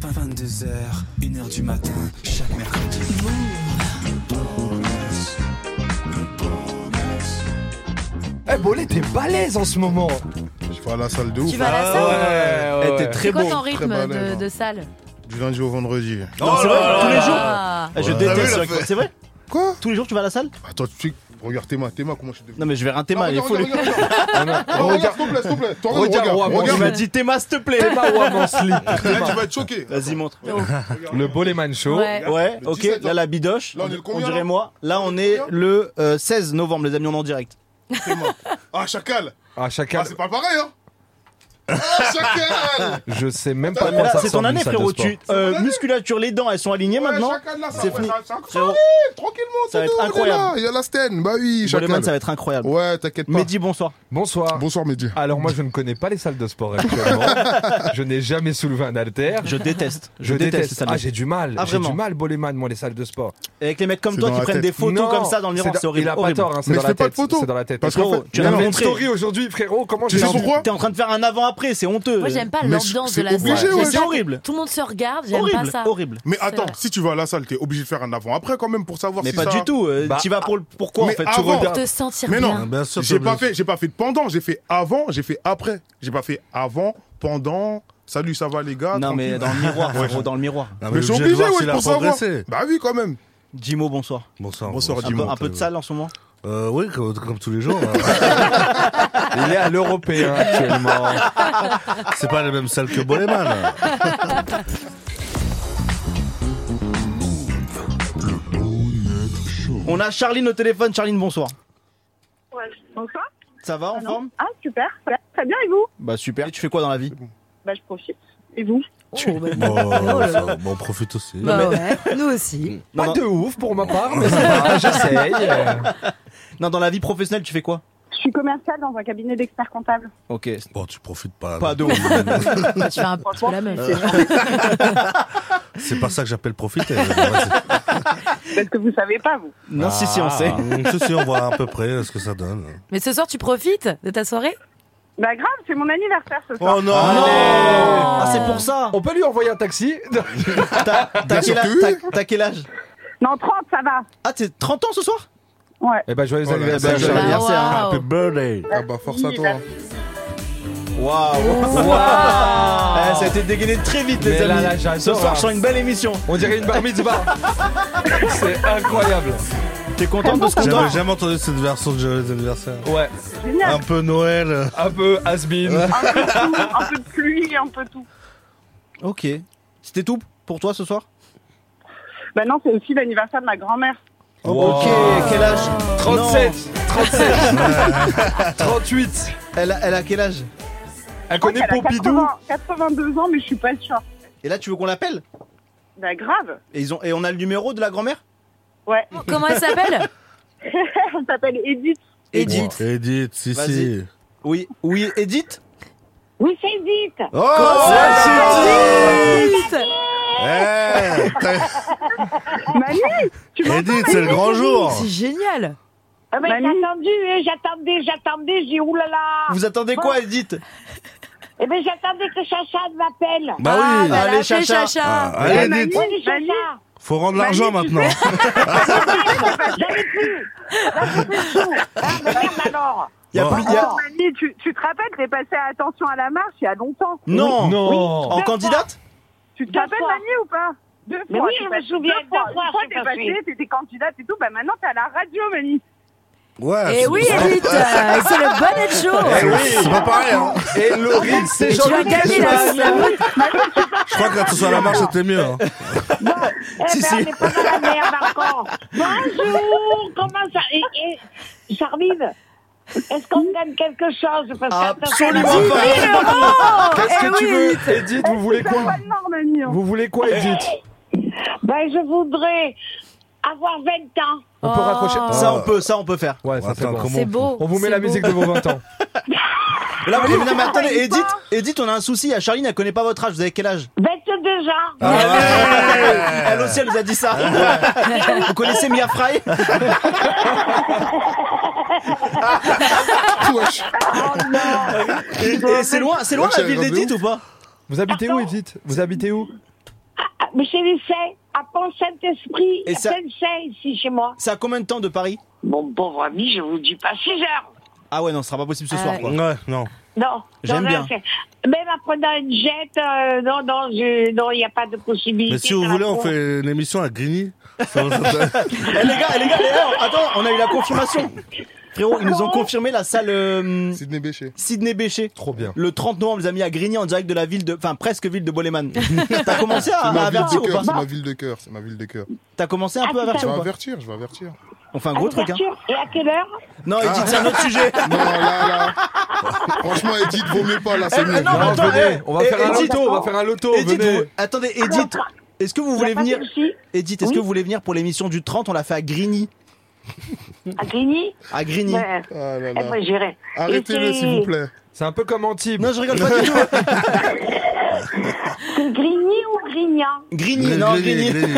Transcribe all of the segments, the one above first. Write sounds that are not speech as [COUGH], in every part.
10h, 1h du matin, chaque mercredi. Eh, Bolé, t'es balèze en ce moment. Je vais à la salle de ouf. Tu vas à la hein. salle ouais, Eh, t'es C'est très quoi bon. ton rythme très bon de, élève. de salle Du lundi au vendredi. Non, c'est vrai, tous les jours. Ah. Ah, Je Ouais. déteste. T'as vu, ça. C'est vrai Quoi Ah, Tous les jours, tu vas à la salle Attends, tu sais, regarde Théma, Théma, comment je suis devenu. Non, mais je vais un Théma. Ah, Il regarde, faut le. regarde, regarde, [LAUGHS] regarde. Ah, Non, regarde, s'il te plaît, s'il te plaît. T'en regardes, Regarde, regarde, ouais, Il regarde. m'a dit Théma, s'il te plaît. Théma Wam en slip. Là, tu vas être choqué. Vas-y, montre. Le Boléman Show. Ouais. Ouais, Le ok. 17, Là, la bidoche. Là, on est le On combien, dirait là moi. Là, on On est est combien le euh, 16 novembre, les amis, on est en direct. Théma. Ah, chacal. Ah, Ah, chacun. c'est pas pareil, hein. Ah, chacal. [LAUGHS] Je sais même Attends, pas comment Là, ça C'est ton ressemble, année, une salle de frérot. sport. Tu euh, musculature, les dents, elles sont alignées [LAUGHS] Ouais, maintenant. chacal, là, ça- C'est ouais, fini. ça- ça- Frérot, Tranquillement, Ça va c'est être tout, on est incroyable. là. Il y a la Sten, bah oui, Boleman, chacal. ça va être incroyable. Ouais, t'inquiète pas. Mehdi, bonsoir. Bonsoir. Bonsoir, Mehdi. Alors moi je ne connais pas les salles de sport actuellement. je n'ai jamais soulevé un haltère. Je déteste. Je déteste. les Ah salles. j'ai du mal. Ah, j'ai du vraiment mal Boleman moi les salles de sport. Et Avec les mecs comme C'est toi dans qui la prennent tête. des photos Non, comme ça dans le miroir, c'est c'est horrible. Il a pas horrible. tort. hein, c'est Mais dans je la fais pas de tête. photos. C'est dans la tête. Parce Frérot, qu'en Frérot, fait, tu il y l'as a la- Une montré. story aujourd'hui frérot. Comment Tu tu sais l'as son roi T'es en train de faire un avant après, c'est honteux. Moi, j'aime pas Mais l'ambiance c'est de la salle. obligé, ouais. J'aime Euh, C'est pas- horrible. Tout le monde se regarde, j'aime pas Horrible, ça. horrible. Mais C'est attends, vrai. si tu vas à la salle, t'es obligé de faire un avant-après quand même pour savoir Mais si pas ça. ah, du tout. euh, Bah, tu vas pour le pourquoi en mais fait tu avant- Pour regardes. te sentir Mais non, bien. Bien sûr, J'ai t'es pas obligé. fait, j'ai pas fait de pendant, j'ai fait avant, j'ai fait après. J'ai pas fait avant, pendant. Salut, ça va les gars Non mais tranquille. dans le miroir, frérot, dans le miroir. Non, mais je obligé suis de obligé, voir ouais, s'il a pour savoir. progressé. Bah oui, quand même. Jimo, bonsoir. Bonsoir. Bonsoir, Un peu, Jimo, un peu de salle en ce moment. Euh, oui, comme, comme tous les jours. [LAUGHS] hein. Il est à l'européen actuellement. c'est pas la même salle que Boleman. hein. On a Charline au téléphone. Charline, bonsoir. Ouais. Bonsoir. Ça va en Ah non. forme Ah, super. Voilà. Très bien, et vous Bah super. Tu fais quoi dans la vie Bah, je profite. Et vous Tu- Bon, ça- bon, on profite aussi. Bah ouais, nous aussi. Non, Pas non. de ouf pour ma part, mais ça va, Ah, j'essaye. Euh, [LAUGHS] Non, dans la vie professionnelle, tu fais quoi Je suis commerciale dans un cabinet d'experts comptables. Ok. Bon, tu profites pas. non. [LAUGHS] Pas de ouf. Bah, tu fais un peu la Euh, Euh, même. C'est pas ça que j'appelle [LAUGHS] profiter. Vas-y. [LAUGHS] Peut-être que vous savez pas, vous. Non, si, Ah, si, on sait. Mm, si, si, on voit à peu près ce que ça donne. Mais ce soir, tu profites de ta soirée Bah, grave, c'est mon anniversaire ce soir. Oh non Ah, c'est pour ça. On peut lui envoyer un taxi T'as t'as quel, âge- t'as- t'as quel âge Non, 30, ça va. Ah, t'es 30 ans ce soir Ouais. Eh ben joyeux Oh là là, anniversaire joyeux Charlie. Bah, anniversaire, hein, waouh. Birthday. Ah bah force à toi. hein. Waouh. Eh, ça a été dégainé très vite, les Mais là, amis. là, j'adore, hein. ce soir, là. je sens une belle émission. On dirait une bar [LAUGHS] mitzvah. C'est incroyable. T'es contente de ce qu'on J'avais dort jamais entendu cette version de Joyeux anniversaire. Ouais, Génial. Un peu Noël. un peu has been. Un peu de tout, un peu de pluie, un peu de tout. Ok. C'était tout pour toi ce soir Bah, non, c'est aussi l'anniversaire de ma grand-mère. Ok, quel âge 37, Non. [LAUGHS] 37, 38. Elle a, elle a quel âge Elle Je crois connaît qu'elle a Pompidou. 80 82 ans, mais je suis pas sûre. Et là, tu veux qu'on l'appelle Bah, grave. et, ils ont- et on a le numéro de la grand-mère Ouais. Comment elle [LAUGHS] s'appelle Elle s'appelle Edith. [LAUGHS] Edith. Edith, si, si. Vas-y. Oui, oui, Edith Oui, c'est Edith. Oh, Eh, t'as- Mamie. Tu m'entends Edith, c'est le grand jour. C'est génial Ah ben, Mamie. j'attendu, hein, j'attendais, j'attendais, j'ai dit oulala. Vous attendez quoi, Edith Eh ben, j'attendais que Chacha m'appelle. Bah Ah, oui. bah, Allez, la fée Chacha. Ah, Chacha allez, Mamie. Edith. Salut, Mamie. Chacha. Faut rendre l'argent Mamie, tu maintenant. [LAUGHS] J'avais plus. J'avais plus de sous. Hein, Ah, mais merde alors. y a Bon. plus, y a- Oh. Mamie, tu, tu te rappelles, t'es passée à attention à la marche il y a longtemps. Non Non. En candidate Tu te Deux rappelles, fois. Mamie, ou pas Deux Mais fois. oui, t'es je me passée souviens, deux Une fois, je suis t'es passée. passée, t'étais candidate et tout. Bah maintenant, t'es à la radio, Mamie. Ouais. Eh Et c'est- Eh oui, Edith, euh, c'est le bonnet de c'est- Eh show Eh C'est pas pareil. Hein. Et Laurine, c'est Et tu as Jean-Luc gagné la, Reichmann. la bonne- Je crois que quand tu sois à la marche, c'était mieux. Hein. Eh Si, ben, si. on est pas dans la merde encore. Bonjour, comment ça Et, et Charline, est-ce qu'on Hmm? gagne quelque chose Parce que- Absolument pas [LAUGHS] Qu'est-ce Eh que tu oui, veux Edith, vous voulez quoi Pas de mort, Mamie. hein. Vous voulez quoi, Edith Ben, je voudrais avoir 20 ans. On peut raccrocher. Oh. Ça, on peut, ça, on peut faire. Ouais, ça c'est Attends, bon. comment- C'est beau On vous met c'est la beau. musique de vos 20 ans. [LAUGHS] Oh. Là, vous non, mais attendez, il Edith, Edith, on a un souci. À Charline, elle connaît pas votre âge. Vous avez quel âge 22 ans. Ah ouais. [LAUGHS] Elle aussi, elle nous a dit ça. [LAUGHS] Vous connaissez Mia Fry [LAUGHS] Wesh. Et, et c'est loin, c'est loin Ouais, la ça ville va de d'Edith ou pas Vous habitez où, Edith Vous habitez où Ah, mais chez les Saints, à Pont-Saint-Esprit, Et à ça- Saint-Saint, ici, chez moi. C'est à combien de temps de Paris [LAUGHS] Mon pauvre ami, je vous dis pas 6 heures. Ah ouais, non, ce sera pas possible ce Ah soir. ouais. quoi. Ouais, non. Non. J'aime non, bien. c'est- Même en prenant une jet, euh, non, non, je- non, il n'y a pas de possibilité. Mais si vous ça voulez, va on trop. fait une émission à Grigny. Eh, les gars, les gars, les gars, attends, on a eu la confirmation. Frérot, ils nous ont confirmé la salle euh, Sidney Béché. Sydney Bécher. Trop bien. Le 30 novembre, les amis, à Grigny, en direct de la ville de. Enfin, presque ville [LAUGHS] de Boleman. [LAUGHS] T'as commencé à, à Ma ville avertir de ou cœur, c'est pas ma ville de cœur, c'est ma ville de cœur. T'as commencé un peu à Ah, putain. avertir Je vais ou pas avertir, je vais avertir. Ah. On fait un À gros truc, hein. l'ouverture, Et à quelle heure Non, Oh, il dit c'est un autre Ah. sujet. Non, là, là. Franchement, Edith, vaut mieux pas, là, c'est Eh, mieux. Ah, non, Non, attends, venez, eh, on va eh, faire un Edith, loto, on va faire un loto, Edith, venez. vous- attendez, Edith, est-ce que vous voulez venir Ici, Edith, est-ce Oui. que vous voulez venir pour l'émission du 30 On l'a fait à Grigny. à Grigny. À Grigny. Ouais. Ah, là, Eh, là. moi, j'irai. Arrêtez-le, Et s'il vous plaît. C'est un peu comme Antibes. Non, je rigole pas du tout. C'est Grigny ou Grignan [LAUGHS] Grigny, non, Grigny. Non,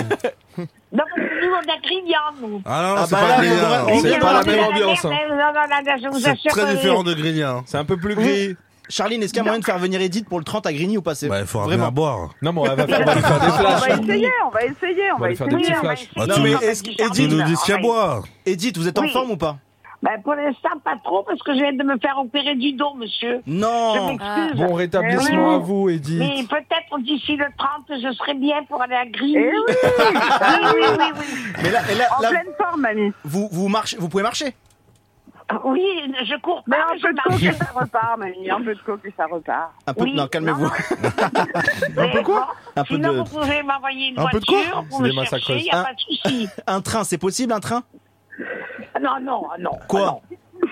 parce que nous, on a Grignan, nous. Ah non, Ah c'est bah pas là, Grigny. on hein. va- C'est Grignan, pas la c'est même ambiance, hein. merde. Non, non, non, non, je vous C'est assure. très que- différent de Grigny. hein. C'est un peu plus gris. Charline, est-ce qu'il y a moyen de faire venir Edith pour le 30 à Grigny ou pas c'est Bah, il faut ramener à Vraiment. boire. Non, mais [LAUGHS] on va faire, on va lui faire des On va flashs. essayer, on va essayer, on va va lui faire des essayer. Oui, petits on va flashs. essayer, Bah, tu- on va mais est-ce que- faire Edith Tu nous ça. dis s'il y a Ouais. boire. Edith, vous êtes en Oui. forme ou pas Ben, pour l'instant, pas trop, parce que je viens de me faire opérer du dos, monsieur. Je Non. m'excuse. Eh Bon rétablissement à vous, Mais Edith. peut-être d'ici le 30, je serai bien pour aller à Grigny. Eh oui, oui, oui, oui, oui. Mais là, et là- en là, pleine forme, mamie. vous, vous marchez, vous pouvez marcher. Oui, je cours Mais pas, un je peu de coke et ça repart, mamie. Un peu de coke et ça repart. Un peu, Oui. non, calmez-vous. Un peu quoi Un peu Sinon, de- vous pouvez m'envoyer une Un peu de quoi voiture pour C'est me des chercher, massacreuses. il n'y a Ah. pas de [LAUGHS] souci. Un train, c'est possible un train Ah, Non, non, ah, non. Quoi ah,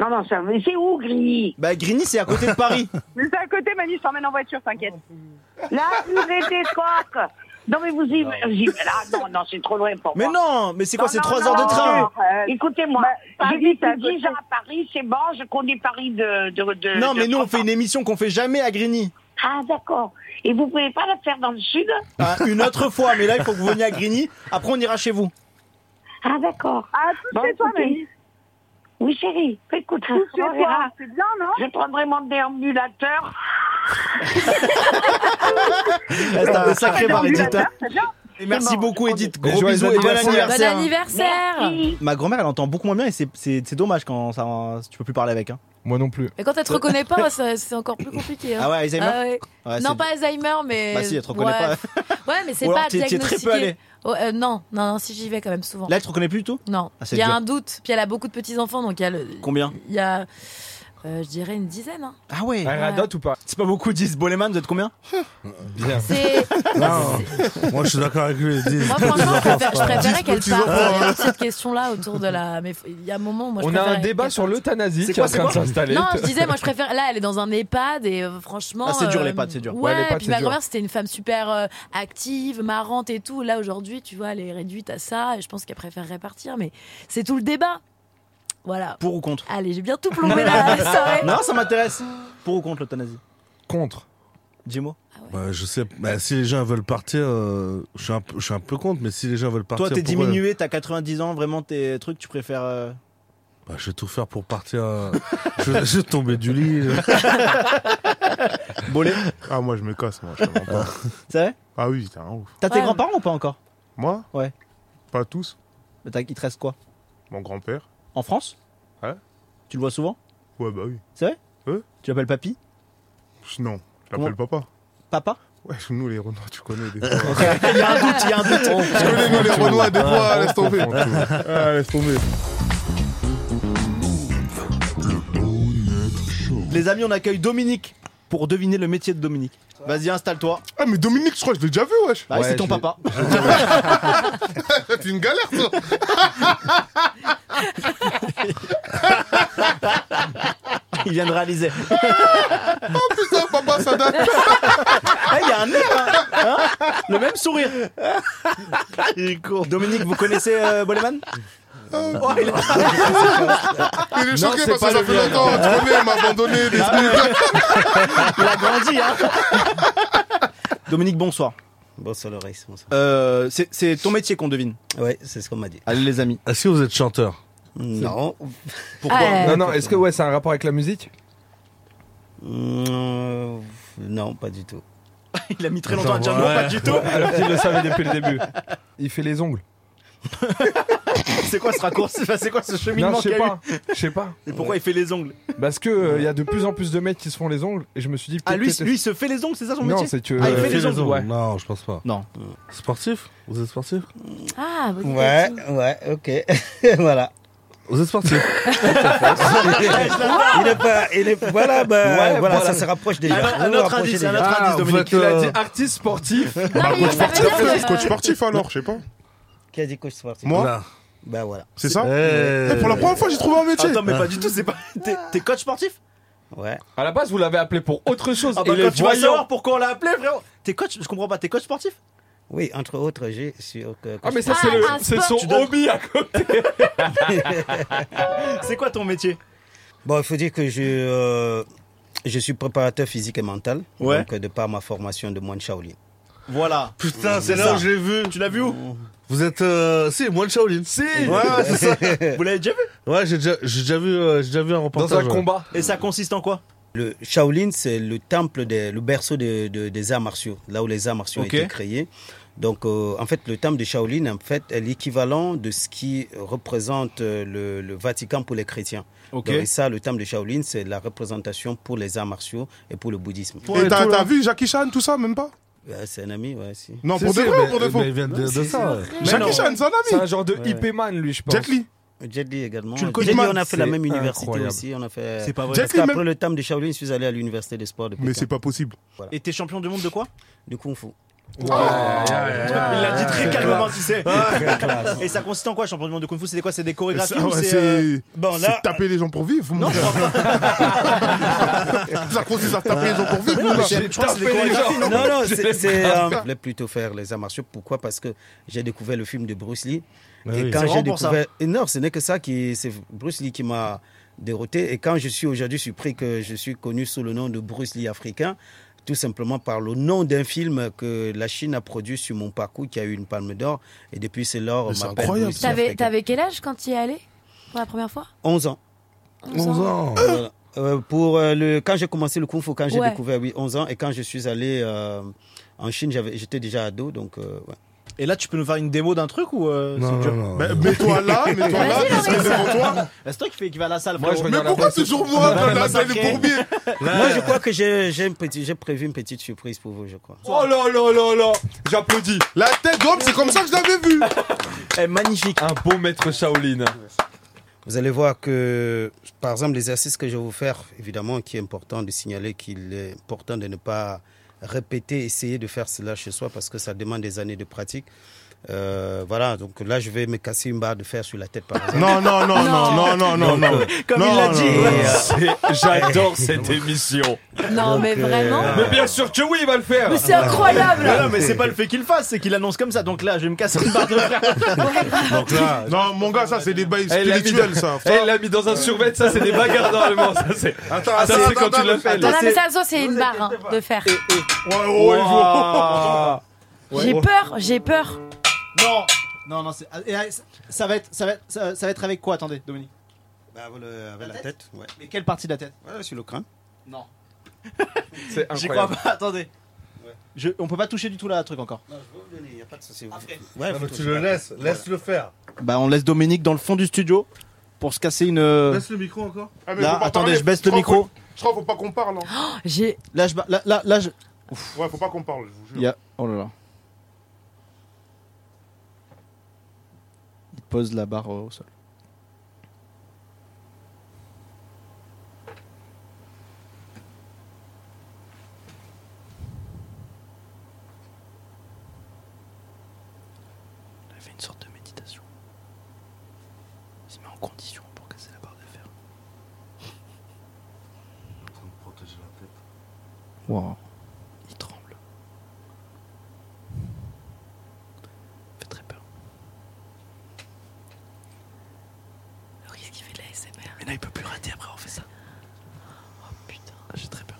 Non, [LAUGHS] non, ça... mais c'est où, Grigny Bah Grigny, c'est à côté de Paris. Mais c'est à côté, mamie, je t'emmène en voiture, t'inquiète. Là, vous êtes des coques. Non, mais vous y... vous y- Là, non, non, c'est trop loin pour mais moi. non, mais c'est quoi Non, ces non, 3 non, heures de non, train euh, Écoutez-moi, Bah, Paris, Grigny, c'est à depuis 10 côté. ans à Paris, c'est bon, je connais Paris de... de, de Non, de- mais nous on fait une émission qu'on fait jamais à Grigny. Ah, d'accord. Et vous pouvez pas la faire dans le sud Hein, une autre fois, mais là il faut que vous veniez à Grigny. Après on ira chez vous. Ah, d'accord. Ah, tout Bon, chez toi, écoutez, mamie. Oui, chérie, écoute, hein, Tout on chez verra. toi. C'est bien, non Je prendrai mon déambulateur. Eh, Ah, C'est Euh, un sacré bar, Edith. hein. C'est bien. Et merci bon, beaucoup je Edith. promets. Gros Et joyeux bisous et bon anniversaire. Bon anniversaire. anniversaire Merci. Ma grand-mère, elle entend beaucoup moins bien et c'est- c'est c'est dommage quand ça, tu peux plus parler avec. Hein. Moi non plus. Mais quand elle te reconnaît pas, ça- c'est encore plus compliqué. hein. Euh. Ah ouais, Alzheimer Ah ouais. Ouais, non, c'est- pas Alzheimer, mais. Bah si, elle te reconnaît ouais. pas. [LAUGHS] Ouais, mais c'est Ou alors pas t'y- t'y es très peu diagnostiqué. Oh, euh, non, non, non, si j'y vais quand même souvent. [LAUGHS] Là, tu te reconnais plus du tout Non, Ah, c'est il y a dur. un doute. Puis elle a beaucoup de petits-enfants, donc il y a, le- Combien il y a euh, je dirais, une dizaine. [LAUGHS] hein. Ah ouais Elle radote ou pas C'est pas beaucoup, 10 Boleman, vous êtes combien Bien. C'est. Non, moi je suis d'accord avec lui. Dis- Moi, franchement, je, préfère- je préférais qu'elle petits parte. enfants, Il y a cette question-là autour de la. Mais il y a un moment, moi, je hein. On a un préférais débat qu'elle sur parte. l'euthanasie C'est qui est en quoi, c'est train de quoi s'installer. Non, je disais, moi, je préfère. Là, elle est dans un EHPAD et euh, franchement. Ah, c'est dur, euh, l'EHPAD, c'est dur. Ouais, Ouais, l'EHPAD, puis c'est ma dur. grand-mère, c'était une femme super euh, active, marrante et tout. Là, aujourd'hui, tu vois, elle est réduite à ça et je pense qu'elle préférerait partir. Mais c'est tout le débat. Voilà. [LAUGHS] Pour ou contre Allez, j'ai bien tout [LAUGHS] plombé la soirée. Non, ça m'intéresse. Pour ou contre l'euthanasie Contre. Jimo Bah, je sais, bah, si les gens veulent partir, euh, je, suis un, peu- je suis un peu contre, mais si les gens veulent partir. Toi, t'es euh, pourquoi- diminué, t'as 90 ans, vraiment tes trucs, tu préfères. euh, Bah, je vais tout faire pour partir. euh, je, je vais tomber du lit. je- [LAUGHS] Bolé Ah, moi, je me casse, moi. je te mens pas. C'est vrai Ah oui, t'es un ouf. T'as tes Ouais. grands-parents ou pas encore Moi Ouais. Pas tous. Mais t'as- Il te reste quoi Mon grand-père. En France Ouais. Tu le vois souvent Ouais, bah oui. Tu l'appelles papy Non, je l'appelle papa. Papa Ouais, nous, les Renois, tu connais des fois. [LAUGHS] [LAUGHS] Il y a un doute, il y a un doute. Je connais, nous, les Renois, des fois, laisse tomber. Contre tout. Ah, laisse [LAUGHS] tomber. Les amis, on accueille Dominique pour deviner le métier de Dominique. Vas-y, installe-toi. Ah, mais Dominique, je crois que je l'ai déjà vu, wesh. Bah, oui, Ouais, c'est ton je- papa. [LAUGHS] [LAUGHS] C'est une galère, ça. Il vient de [LAUGHS] réaliser. Oh, Putain, papa, ça [LAUGHS] date. Ah, il y a un air, hein, hein Le même sourire. Dominique, vous connaissez euh, Boleman Oh, il a- [LAUGHS] Il est Non, choqué c'est parce pas que ça le fait mien, longtemps. Tu connais, il m'a abandonné. des semaines. Ah, il a grandi, hein Dominique, bonsoir. Bonsoir Loris, bonsoir. Euh, c'est- c'est ton métier qu'on devine. Ouais, c'est ce qu'on m'a dit. Allez, les amis. Est-ce que vous êtes chanteur Non, [LAUGHS] Pourquoi Ah, Non, non, est-ce que ouais, c'est un rapport avec la musique Mm, non, pas du tout. [LAUGHS] Il a mis très longtemps à dire non, Ouais. pas du tout. [LAUGHS] Alors qu'il le savait depuis le [LAUGHS] début. Il fait les ongles. C'est quoi ce raccourci Enfin, C'est quoi ce Non, cheminement je qu'il y sais a eu pas. Je sais pas. Et pourquoi il fait les ongles Parce que euh, il y a de plus en plus de mecs qui se font les ongles et je me suis dit. Ah, peut-être- lui, peut-être- lui, il se fait les ongles, c'est ça son Non, métier c'est que. Ah, il euh, fait les ongles, ouais. Non, je pense pas. Non. Sportif Vous êtes sportif Ah, bah, Ouais, ouais, ok. voilà. Vous êtes sportif Il est pas, il est, voilà, bah, Ouais, voilà, voilà. ça se rapproche déjà. Un- Vous Un vous autre rapprochez indice, déjà. un autre Ah, indice, vous Dominique. êtes, Il a euh, dit artiste [LAUGHS] sportif. Non, mais ça coach veut Bah, sportif, euh, dire que- euh, coach sportif alors, je sais pas. Qui a dit coach sportif Moi Là. Bah voilà. C'est ça Eh. Eh, Pour la première fois, j'ai trouvé un métier. Attends, mais pas du tout, c'est pas. T'es- Ah. T'es coach sportif Ouais. À la base, vous l'avez appelé pour autre chose. Ah bah et les quand tu vas savoir voyants. pourquoi on l'a appelé, frérot T'es coach Je comprends pas, t'es coach sportif Oui, entre autres, j'ai suis euh, coach Ah mais ça Ah, c'est le- un c'est sport, son tu donnes- hobby hein. à côté. C'est quoi ton métier Bon, il faut dire que je, euh, je suis préparateur physique et mental. Ouais. Donc, euh, de par ma formation de moine Shaolin. Voilà. Putain, c'est Ça. là où je l'ai vu. Tu l'as vu où Vous êtes. Euh... Si, moi le Shaolin. Si. Ouais, c'est ça. Vous l'avez déjà vu Ouais, j'ai déjà, j'ai déjà vu, euh, j'ai déjà vu un reportage. Dans un ouais. combat. Et ça consiste en quoi Le Shaolin, c'est le temple, des- le berceau de- de- des arts martiaux, là où les arts martiaux Ok. ont été créés. Donc, euh, en fait, le temple de Shaolin, en fait, est l'équivalent de ce qui représente euh, le, le Vatican pour les chrétiens. Ok. Donc, et ça, le temple de Shaolin, c'est la représentation pour les arts martiaux et pour le bouddhisme. Et t'as t'as vu Jackie Chan, tout ça, même pas Euh, c'est un ami, ouais, si. Non, Si, pour de si, vrai ou mais- pour de faux mais ils viennent de, de ça. ouais. non. Jackie Chan, c'est un C'est ami. un genre de hippie man lui je pense. Jet Li. Jet Li également. Tu le Jet connais, Li, man on a fait la C'est même université incroyable. aussi. On a fait. C'est pas vrai. Jet Parce Li, qu'après même- le temple de Shaolin, je suis allé à l'université des sports de Mais Pékin, c'est pas possible. Et t'es champion du monde de quoi du kung fu. Il l'a dit très calmement, tu sais. Et ça consiste en quoi, champion du monde de kung fu C'était quoi C'est des chorégraphies Ça, ou ouais, c'est, euh, C'est Bon, c'est là- taper les gens pour vivre. mon Non, je gars. crois pas. Ça consiste à taper les gens pour vivre. Non, mon mais gars. je crois que c'est des tapé les gens. chorégraphies, non Non, non, c'est. c'est, euh, Ah, je voulais plutôt faire les arts martiaux. Pourquoi Parce que j'ai découvert le film de Bruce Lee. Bah et oui. quand C'est j'ai vraiment pour ça. découvert. et non, ce n'est que ça qui. C'est Bruce Lee qui m'a dérouté. Et quand je suis aujourd'hui surpris que je suis connu sous le nom de Bruce Lee africain, tout simplement par le nom d'un film que la Chine a produit sur mon parcours qui a eu une palme d'or. Et depuis, c'est l'or. Mais c'est incroyable, ça. T'avais t'avais quel âge quand tu y es allé pour la première fois 11 ans. 11 11 ans. Voilà. Euh, pour euh, le quand j'ai commencé le kung fu quand j'ai Ouais. découvert oui 11 ans et quand je suis allé euh, en Chine j'avais j'étais déjà ado donc euh, ouais. Et là, tu peux nous faire une démo d'un truc ou euh, Non, c'est dur non, non. Mais- [LAUGHS] Mets-toi [LAUGHS] là, mets-toi là, Vas-y, tu serais devant toi. Bah, C'est toi qui, fais, qui va à la salle, Moi, frérot. je Mais Regarde pourquoi la presse. toujours moi dans la salle massacrer. des bourbiers moi je crois que j'ai j'ai un petit- j'ai prévu une petite surprise pour vous je crois Oh là là là là J'applaudis [LAUGHS] La tête d'homme, c'est comme ça que je l'avais vu. Eh, magnifique. Un beau maître Shaolin. vous allez voir que par exemple l'exercice que je vais vous faire évidemment qui est important de signaler qu'il est important de ne pas répéter essayer de faire cela chez soi parce que ça demande des années de pratique Euh, voilà donc là je vais me casser une barre de fer sur la tête par exemple euh, Non, non, non, non, non, non, non, non. Comme Non, il l'a non, dit. non, ouais. Et, euh, C'est- J'adore cette émission. Non, mais vraiment Mais bien sûr que oui, il va le faire. Mais c'est incroyable Non, non, euh, mais c'est pas le fait qu'il le fasse, c'est qu'il annonce comme ça. Donc là, je vais me casser une barre de [LAUGHS] fer. Donc là, Non, mon gars, ça, [LAUGHS] c'est des bails Elle l'a mis dans- spirituels, ça. Eh, il l'a mis dans un survêt, ça c'est des bagarres normalement. Ça c'est. Attends, Ça c'est quand tu l'appelles. Non, non, mais ça, ça, c'est une barre hein, de fer. Eh, Ouais, ouais, Waouh. J'ai peur, j'ai peur. Non, non, non, c'est- et, euh, ça- ça va être, ça va être, ça, ça va être avec quoi Attendez, Dominique. Bah, vous le- avec la, La tête, ouais. Mais quelle partie de la tête Voilà, sur le crâne. Non. C'est J'y crois incroyable. pas. Attendez. Je, on peut pas toucher du tout là, truc encore. Non, je vais vous le donner, il n'y a pas de souci. Après. Ouais, Non, faut mais tu toucher le la laisses, laisse-le faire. Bah, on laisse Dominique dans le fond du studio pour se casser une. euh, Laisse le micro encore. Ah, mais faut Là, pas attendez, parler. je baisse le crois micro. qu'on- Je crois qu'il faut pas qu'on parle. hein. J'ai. Là, je, ba- là, là, là, je. Ouais, faut pas qu'on parle, je vous jure. il y a- Oh là là. Il pose la barre euh, au sol. Il fait une sorte de méditation. Il se met en condition pour casser la barre de fer. Wow. Il tremble. Il fait très peur. Le risque, il fait de la SMR. Mais là, il peut plus rater après, on fait ça. Oh putain, j'ai très peur.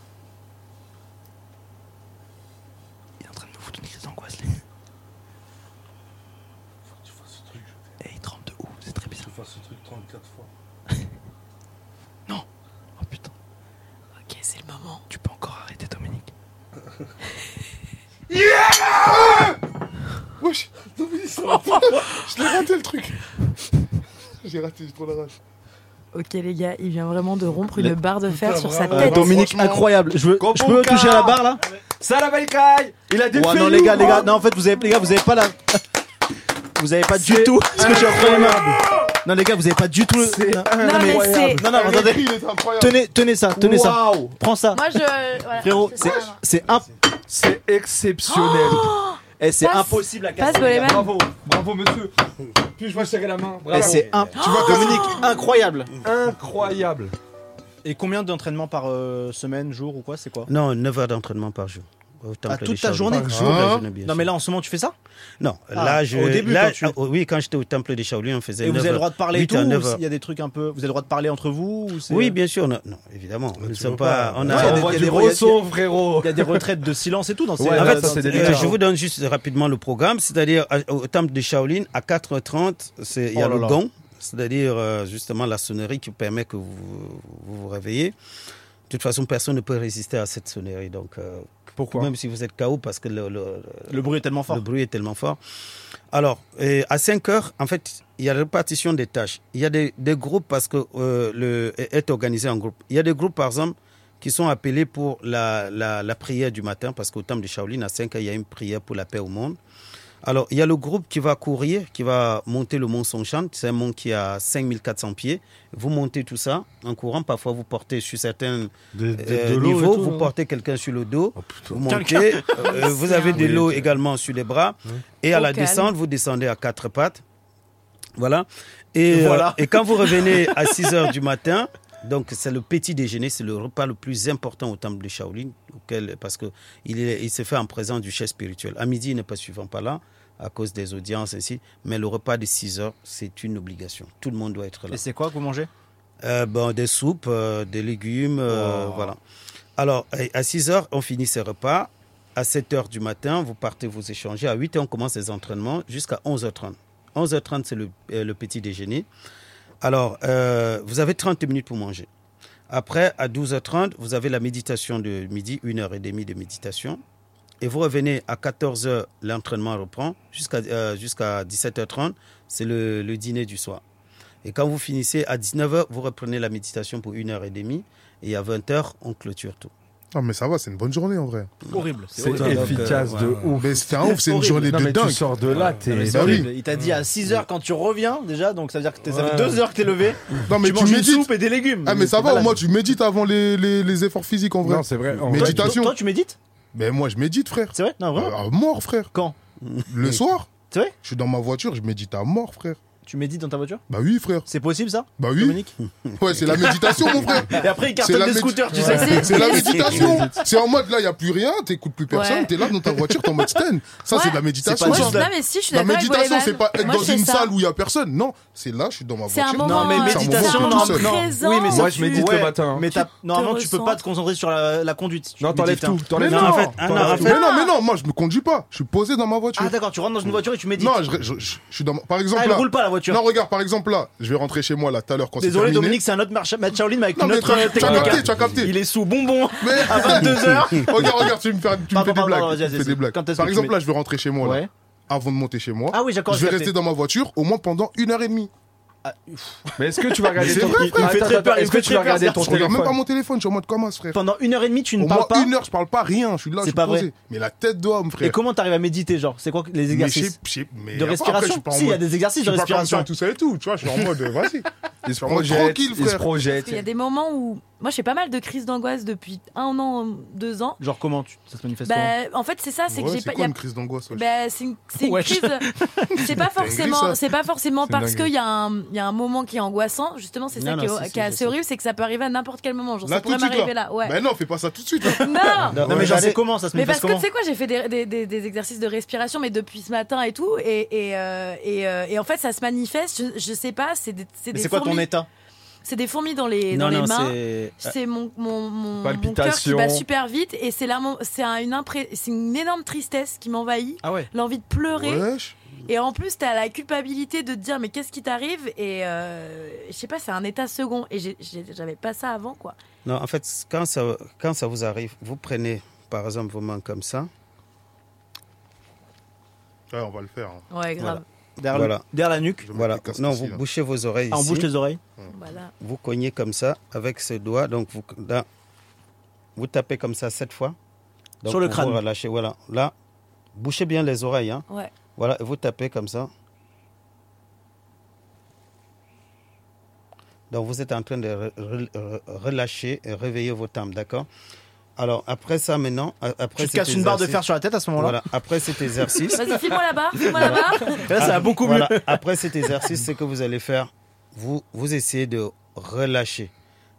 Il est en train de me foutre une crise d'angoisse, lui. Et il tremble de ouf, c'est très bizarre. Ok, c'est le moment. Tu peux encore arrêter, Dominique. Je l'ai raté le truc. J'ai raté, j'ai trop la rage. Ok les gars, il vient vraiment de rompre une Le- barre de fer Putain, sur sa bravo. tête. Euh, Dominique, incroyable. Je veux, je peux toucher à la barre là Ça la belle caille Il a des Ouais, non, les gars, hein. les gars, non, en fait, vous avez, les gars, vous avez pas la. [LAUGHS] Vous avez pas du C'est [LAUGHS] tout ce que j'ai entre les mains. Non, les gars, vous avez pas du tout. C'est Non, Non mais c'est... non, non, Le prix, attendez. il est incroyable. Tenez, tenez ça, tenez ça. Waouh Prends ça. Moi je... voilà, Frérot, je fais c'est- ça, là. c'est imp- C'est exceptionnel. [GASPS] eh, c'est Passe. impossible à Passe, casser. les gars. Goleman. bravo, bravo monsieur. Puis-je me serrer la main Eh, Bravo. c'est imp- Tu vois, Dominique, Ah. incroyable. Incroyable. Et combien d'entraînements par euh, semaine, jour ou quoi C'est quoi Non, 9 heures d'entraînement par jour. Au temple Ah, toute des ta Shaolin. Ah, journée Toute la journée, bien Hein Non, sûr. mais là, en ce moment, tu fais ça Non, Ah, là, je. au début, là, quand tu- ah, oui, quand j'étais au temple des Shaolin, on faisait. Et vous 9 avez le heures, droit de parler et 8 tout à ou euh, 9 s'il heures. y a des trucs un peu. Vous avez le droit de parler entre vous ou c'est- Oui, bien sûr. Non, non, évidemment. Nous ne sommes Bah, veux pas. pas. On Ouais, a. il y a On des- voit il y a du des gros royautés. son, frérot. Il y a des retraites de silence et tout dans ces. Ouais, En là, fait, ça, c'est euh, délicat. je vous donne juste rapidement le programme, c'est-à-dire à- au temple de Shaolin, à 4h30, c'est- il y a Oh là le là. gong, c'est-à-dire euh, justement la sonnerie qui permet que vous vous, vous réveillez. De toute façon, personne ne peut résister à cette sonnerie. Donc, euh, Pourquoi même si vous êtes KO, parce que le, le- Le bruit est tellement fort. le bruit est tellement fort. Alors, euh, à 5 heures, en fait, il y a la répartition des tâches. Il y a des, des groupes parce que euh, le est organisé en groupe. Il y a des groupes, par exemple, qui sont appelés pour la, la, la prière du matin parce qu'au temple de Shaolin, à 5 heures, il y a une prière pour la paix au monde. Alors, il y a le groupe qui va courir, qui va monter le mont Songshan. C'est un mont qui a 5400 pieds. Vous montez tout ça en courant. Parfois, vous portez sur certains De, de- euh, de l'eau et niveaux, tout, vous hein. portez quelqu'un sur le dos. Oh, putain. Vous montez, [LAUGHS] euh, vous avez de l'eau également sur les bras. Et à Au la calme. descente, vous descendez à quatre pattes. Voilà. Et, euh, Voilà. et quand vous revenez à 6 heures du matin, donc c'est le petit déjeuner, c'est le repas le plus important au temple de Shaolin, auquel, parce qu'il il se fait en présence du chef spirituel. À midi, il n'est pas souvent pas là à cause des audiences ainsi, mais le repas de 6 heures, c'est une obligation. Tout le monde doit être là. Et c'est quoi que vous mangez Euh, bon, des soupes, euh, des légumes, euh, Oh. voilà. Alors, euh, à- à 6 heures, on finit ses repas. À 7 heures du matin, vous partez vous échanger. À 8 heures, on commence les entraînements jusqu'à 11h30. 11h30, c'est le, euh, le petit déjeuner. Alors, euh, vous avez 30 minutes pour manger. Après, à 12h30, vous avez la méditation de midi, une heure et demie de méditation. Et vous revenez à 14h, l'entraînement reprend. Jusqu'à euh, jusqu'à 17h30, c'est le, le dîner du soir. Et quand vous finissez à 19h, vous reprenez la méditation pour une heure et demie. Et à 20h, on clôture tout. Non, mais ça va, c'est une bonne journée en vrai. Horrible. C'est horrible. donc, efficace euh, de ouais, ouf. Mais c'était un ouf, c'est une journée Non, de mais tu dingue. sors de là, Non, mais t'es. c'est Bah oui. horrible. Il t'a dit à 6h quand tu reviens déjà, donc ça veut dire que t'es- ça fait 2 heures que t'es levé. Non, mais tu tu manges une médites. soupe et des légumes. Ah, mais ça T'es va, au malade. moins tu médites avant les, les, les efforts physiques en vrai. Non, c'est vrai. en Mais vrai. Toi, Méditation. toi, tu médites Mais moi, je médite, frère. C'est vrai Non, vraiment Euh, à mort, frère. Quand Le soir C'est vrai Je suis dans ma voiture, je médite à mort, frère. Tu médites dans ta voiture Bah oui, frère. C'est possible ça Bah oui. Dominique [LAUGHS] Ouais, c'est la méditation, mon frère. Et après, il C'est cartonne la des médi- scooters, tu Ouais. sais. C'est- [LAUGHS] C'est la méditation. C'est en mode là, il n'y a plus rien, t'écoutes plus personne, Ouais. t'es là dans ta voiture, t'es en mode stand. Ça, c'est de Ouais. la méditation. pas Moi, du je- genre non mais si, je suis La d'accord avec méditation, Goleman. c'est pas être Moi, je dans fais une ça. salle où il n'y a personne. Non, c'est là, je suis dans ma C'est voiture. un moment. Non, mais euh, méditation, c'est un non, moment non. présent. Oui, mais ça, Moi, je tu- médite ouais, le matin. hein. Mais t'as- normalement, te hein. tu peux ressens. pas te concentrer sur la, la conduite. Tu Non, t'enlèves médites, hein. tout. Mais T'enlèves non, tout. en fait, ah, non, en T'enlèves fait- tout. mais non, mais non, moi je me conduis pas. Je suis posé dans ma voiture. Ah, d'accord, tu rentres dans une voiture et tu médites. non, je, je- je- je suis dans. ma- Par exemple Ah, elle là. roule pas la voiture. Non, regarde, par exemple là, je vais rentrer chez moi là tout à l'heure quand c'est Désolé, terminé. Dominique, c'est un autre marché. Matt Shaolin, mais avec Non, mais notre tu as- euh, tu as capté, technique. tu as capté. Il est sous bonbon Mais à 22h. regarde, regarde, tu me fais, tu me Pardon, fais des pardon, blagues. vas-y, tu me vas-y, fais des vas-y. blagues. Quand est-ce que Par tu exemple mets- là, je vais rentrer chez moi là. Ouais. Avant de monter chez moi, Ah oui, d'accord, je vais j'ai capté. rester dans ma voiture au moins pendant une heure et demie. Mais est-ce que tu vas regarder C'est ton vrai, Il frère. fait Attends, très attends, peur, il Est-ce que fait tu très vas peur, regarder ce ton Je regarde même pas téléphone mon téléphone, je suis en mode comment, frère. Pendant une heure et demie, tu ne Au parles moins pas. une heure, je parle pas rien. Je suis là, C'est je suis pas vrai. posé. Mais la tête d'homme, frère. Et comment t'arrives à méditer, genre C'est quoi que les Mais je exercices sais- je sais- mais De après, je suis respiration pas en Si, il y a mode- des je exercices suis de pas comme ça, respiration. tout ça et tout. Tu vois, je suis en mode, euh, vas-y. Il se Moi, projette. tranquille, Il se frère. projette. Il y a des moments où moi j'ai pas mal de crises d'angoisse depuis un an, deux ans. Genre comment tu- ça se manifeste comment Bah, en fait c'est ça, c'est Ouais, que j'ai c'est pas. quoi il y a- une crise d'angoisse wesh bah, c'est une, c'est une Ouais. [LAUGHS] crise. C'est pas forcément, ça. c'est pas forcément C'est parce dingue. qu'il y a un, il y a un moment qui est angoissant. Justement, c'est ça Non, qui est, non, si, si, qui est je sais. assez horrible, c'est que ça peut arriver à n'importe quel moment. Genre, Là, ça pourrait tout de suite, m'arriver là. Ouais. Bah non, fais pas ça tout de suite. non. Non, mais genre, Regardez- c'est comment ça se Mais parce manifeste que tu comment sais quoi, j'ai fait des, des- des- des exercices de respiration, mais depuis ce matin et tout, et, et, euh, et, euh, et en fait ça se manifeste. Je, je sais pas, c'est des, c'est Mais des c'est quoi ton fourmis. état C'est des fourmis dans les, dans non, non, les mains. c'est. C'est mon, mon, mon, mon cœur qui Palpitations. bat super vite et c'est la mon- c'est un- une, impré- c'est une énorme tristesse qui m'envahit, Ah ouais l'envie de pleurer Wesh. et en plus t'as la culpabilité de te dire mais qu'est-ce qui t'arrive et euh, je sais pas c'est un état second et j'ai- j'ai- j'avais pas ça avant quoi. Non, en fait, quand ça, quand ça vous arrive, vous prenez par exemple vos mains comme ça. Ouais, on va le faire. hein. Ouais, grave. Derrière, Voilà. derrière la nuque. Je me Voilà. casse Non, ici, vous là. bouchez vos oreilles Ah, on ici. bouge les oreilles. Voilà. Vous cognez comme ça avec ce doigt. Donc vous, là, vous tapez comme ça sept fois. Donc, Sur le vous crâne. Vous relâchez. Voilà. Là, bouchez bien les oreilles. hein. Ouais. Voilà. Et vous tapez comme ça. Donc vous êtes en train de re- re- re- relâcher et réveiller vos timbres, d'accord Alors après ça maintenant, a- après Tu te cet casses une barre de exercice- fer sur la tête à ce moment-là. Voilà, après cet exercice, Vas-y, file-moi la barre, file-moi la barre. Là, ça va beaucoup mieux. voilà, après cet exercice, ce que vous allez faire, vous, vous essayez de relâcher.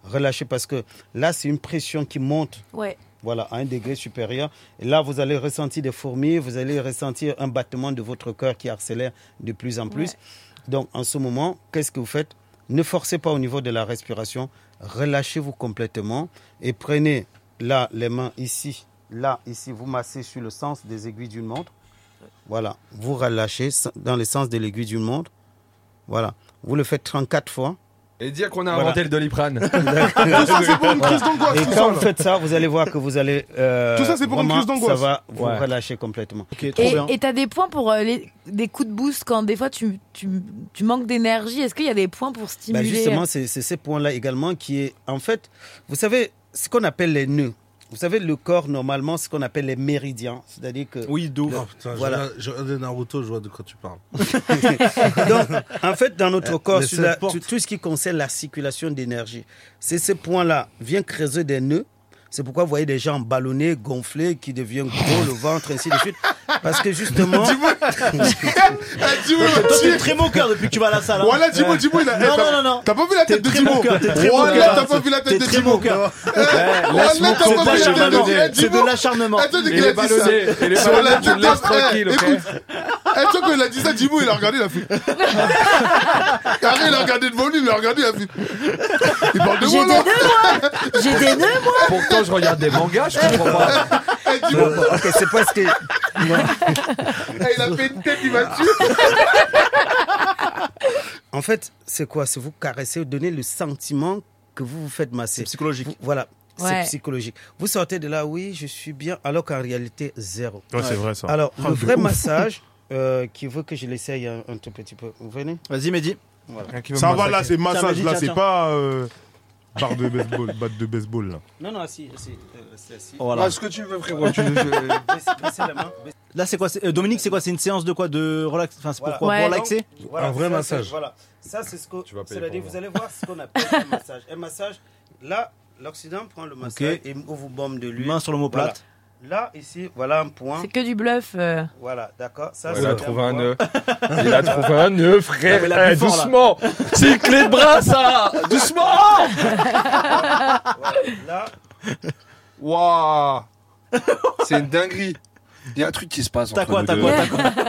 Relâcher parce que là, c'est une pression qui monte Ouais. voilà, à un degré supérieur. Et là, vous allez ressentir des fourmis, vous allez ressentir un battement de votre cœur qui accélère de plus en plus. Ouais. Donc, en ce moment, qu'est-ce que vous faites Ne forcez pas au niveau de la respiration, relâchez-vous complètement et prenez là les mains ici, là, ici, vous massez sur le sens des aiguilles d'une montre. Voilà, vous relâchez dans le sens de l'aiguille d'une montre. Voilà, vous le faites 34 fois. Et dire qu'on a Voilà. inventé [LAUGHS] le doliprane. Voilà. Et tout quand ça, vous là. faites ça, vous allez voir que vous allez. euh, Tout ça, c'est pour une vraiment, crise Ça d'angoisse. va vous Ouais. relâcher complètement. Ok, trop Et bien. et t'as des points pour euh, les, des coups de boost quand des fois tu, tu, tu manques d'énergie. Est-ce qu'il y a des points pour Bah, stimuler justement, c'est c'est ce point-là également qui est. En fait, vous savez, ce qu'on appelle les nœuds. Vous savez, le corps, normalement, ce qu'on appelle les méridiens. C'est-à-dire que. Oui, d'où Ah, Oh, putain, Voilà. voilà. j'ai regardé Naruto, je vois de quoi tu parles. [LAUGHS] Donc, en fait, dans Euh, notre corps, mais sur cette la- porte- tout, tout ce qui concerne la circulation d'énergie, c'est ce point-là, vient creuser des nœuds. C'est pourquoi vous voyez des gens ballonnés, gonflés, qui deviennent gros, le ventre, ainsi de suite. Parce que [LAUGHS] justement. Eh, Dimo, il a Toi, t'es tiré. très mon cœur depuis que tu vas à la salle. hein. Voilà, Dimo, Dimo, il a. eh, Non, t'as- non, non, non. T'as pas vu la T'es tête de très bon Dimo cœur, t'es très bon Voilà, cœur. t'as pas vu la T'es tête de très mon Dimo cœur. Voilà, t'as C'est de pas vu la l'acharnement. tête de Dimo Eh, C'est de Dimo, l'acharnement. Attends, dès Et qu'il les a dit ça. ballonnés, et les Sur ballonnés, la tu le tête laisses d'un- eh, tranquille, ok écoute. Eh, tu sais quand il a dit ça, Dimo, il a regardé, il a fait. Carré, il a regardé devant lui, il a regardé, il a fait. Il parle de J'ai moi, des non nœuds, moi J'ai des nœuds, moi Pourtant, je regarde des mangas, je comprends pas. [LAUGHS] Eh, Dimo, Non, ok, c'est parce que. eh, il a fait une tête, il m'a tué. En fait, c'est quoi C'est vous caresser, donner le sentiment que vous vous faites masser. psychologique. Vous- voilà, Ouais. c'est psychologique. Vous sortez de là, oui, je suis bien, alors qu'en réalité, zéro. Ouais, c'est vrai, ça. Alors, le Ah, de vrai ouf. massage, euh, qui veut que je l'essaye un, un tout petit peu. Vous venez Vas-y, Mehdi. Ça va, là, c'est Tiens, massage, vas-y, là, tiens, c'est tiens. pas. euh, Barre de baseball, [LAUGHS] batte de baseball, là. Non, non, assis, assis. euh, restez assis. Voilà. que tu veux, [LAUGHS] frérot. Baissez- baissez la main, baissez- Là, c'est quoi c'est- euh, Dominique, c'est quoi C'est une séance de quoi De relax Enfin, c'est Voilà. pourquoi Ouais. Pour relaxer voilà, Un vrai ça, c'est- massage. Voilà, ça c'est ce que. Tu vas payer C'est-à-dire, pour vous allez voir ce qu'on appelle un massage. Un massage, là, l'Occident prend le massage et vous bombe de l'huile. Main sur l'omoplate. Là, ici, voilà un point. C'est que du bluff. euh. Voilà, d'accord. Ça, Il c'est a trouvé un point. [LAUGHS] nœud. Il a trouvé un nœud, frère. mais la plus Eh, fort, là. doucement. C'est une clé de bras, ça. Doucement. [LAUGHS] Voilà, là, Waouh. C'est une dinguerie. Il y a un truc qui se passe. T'as entre quoi nous T'as deux. quoi [LAUGHS] T'as quoi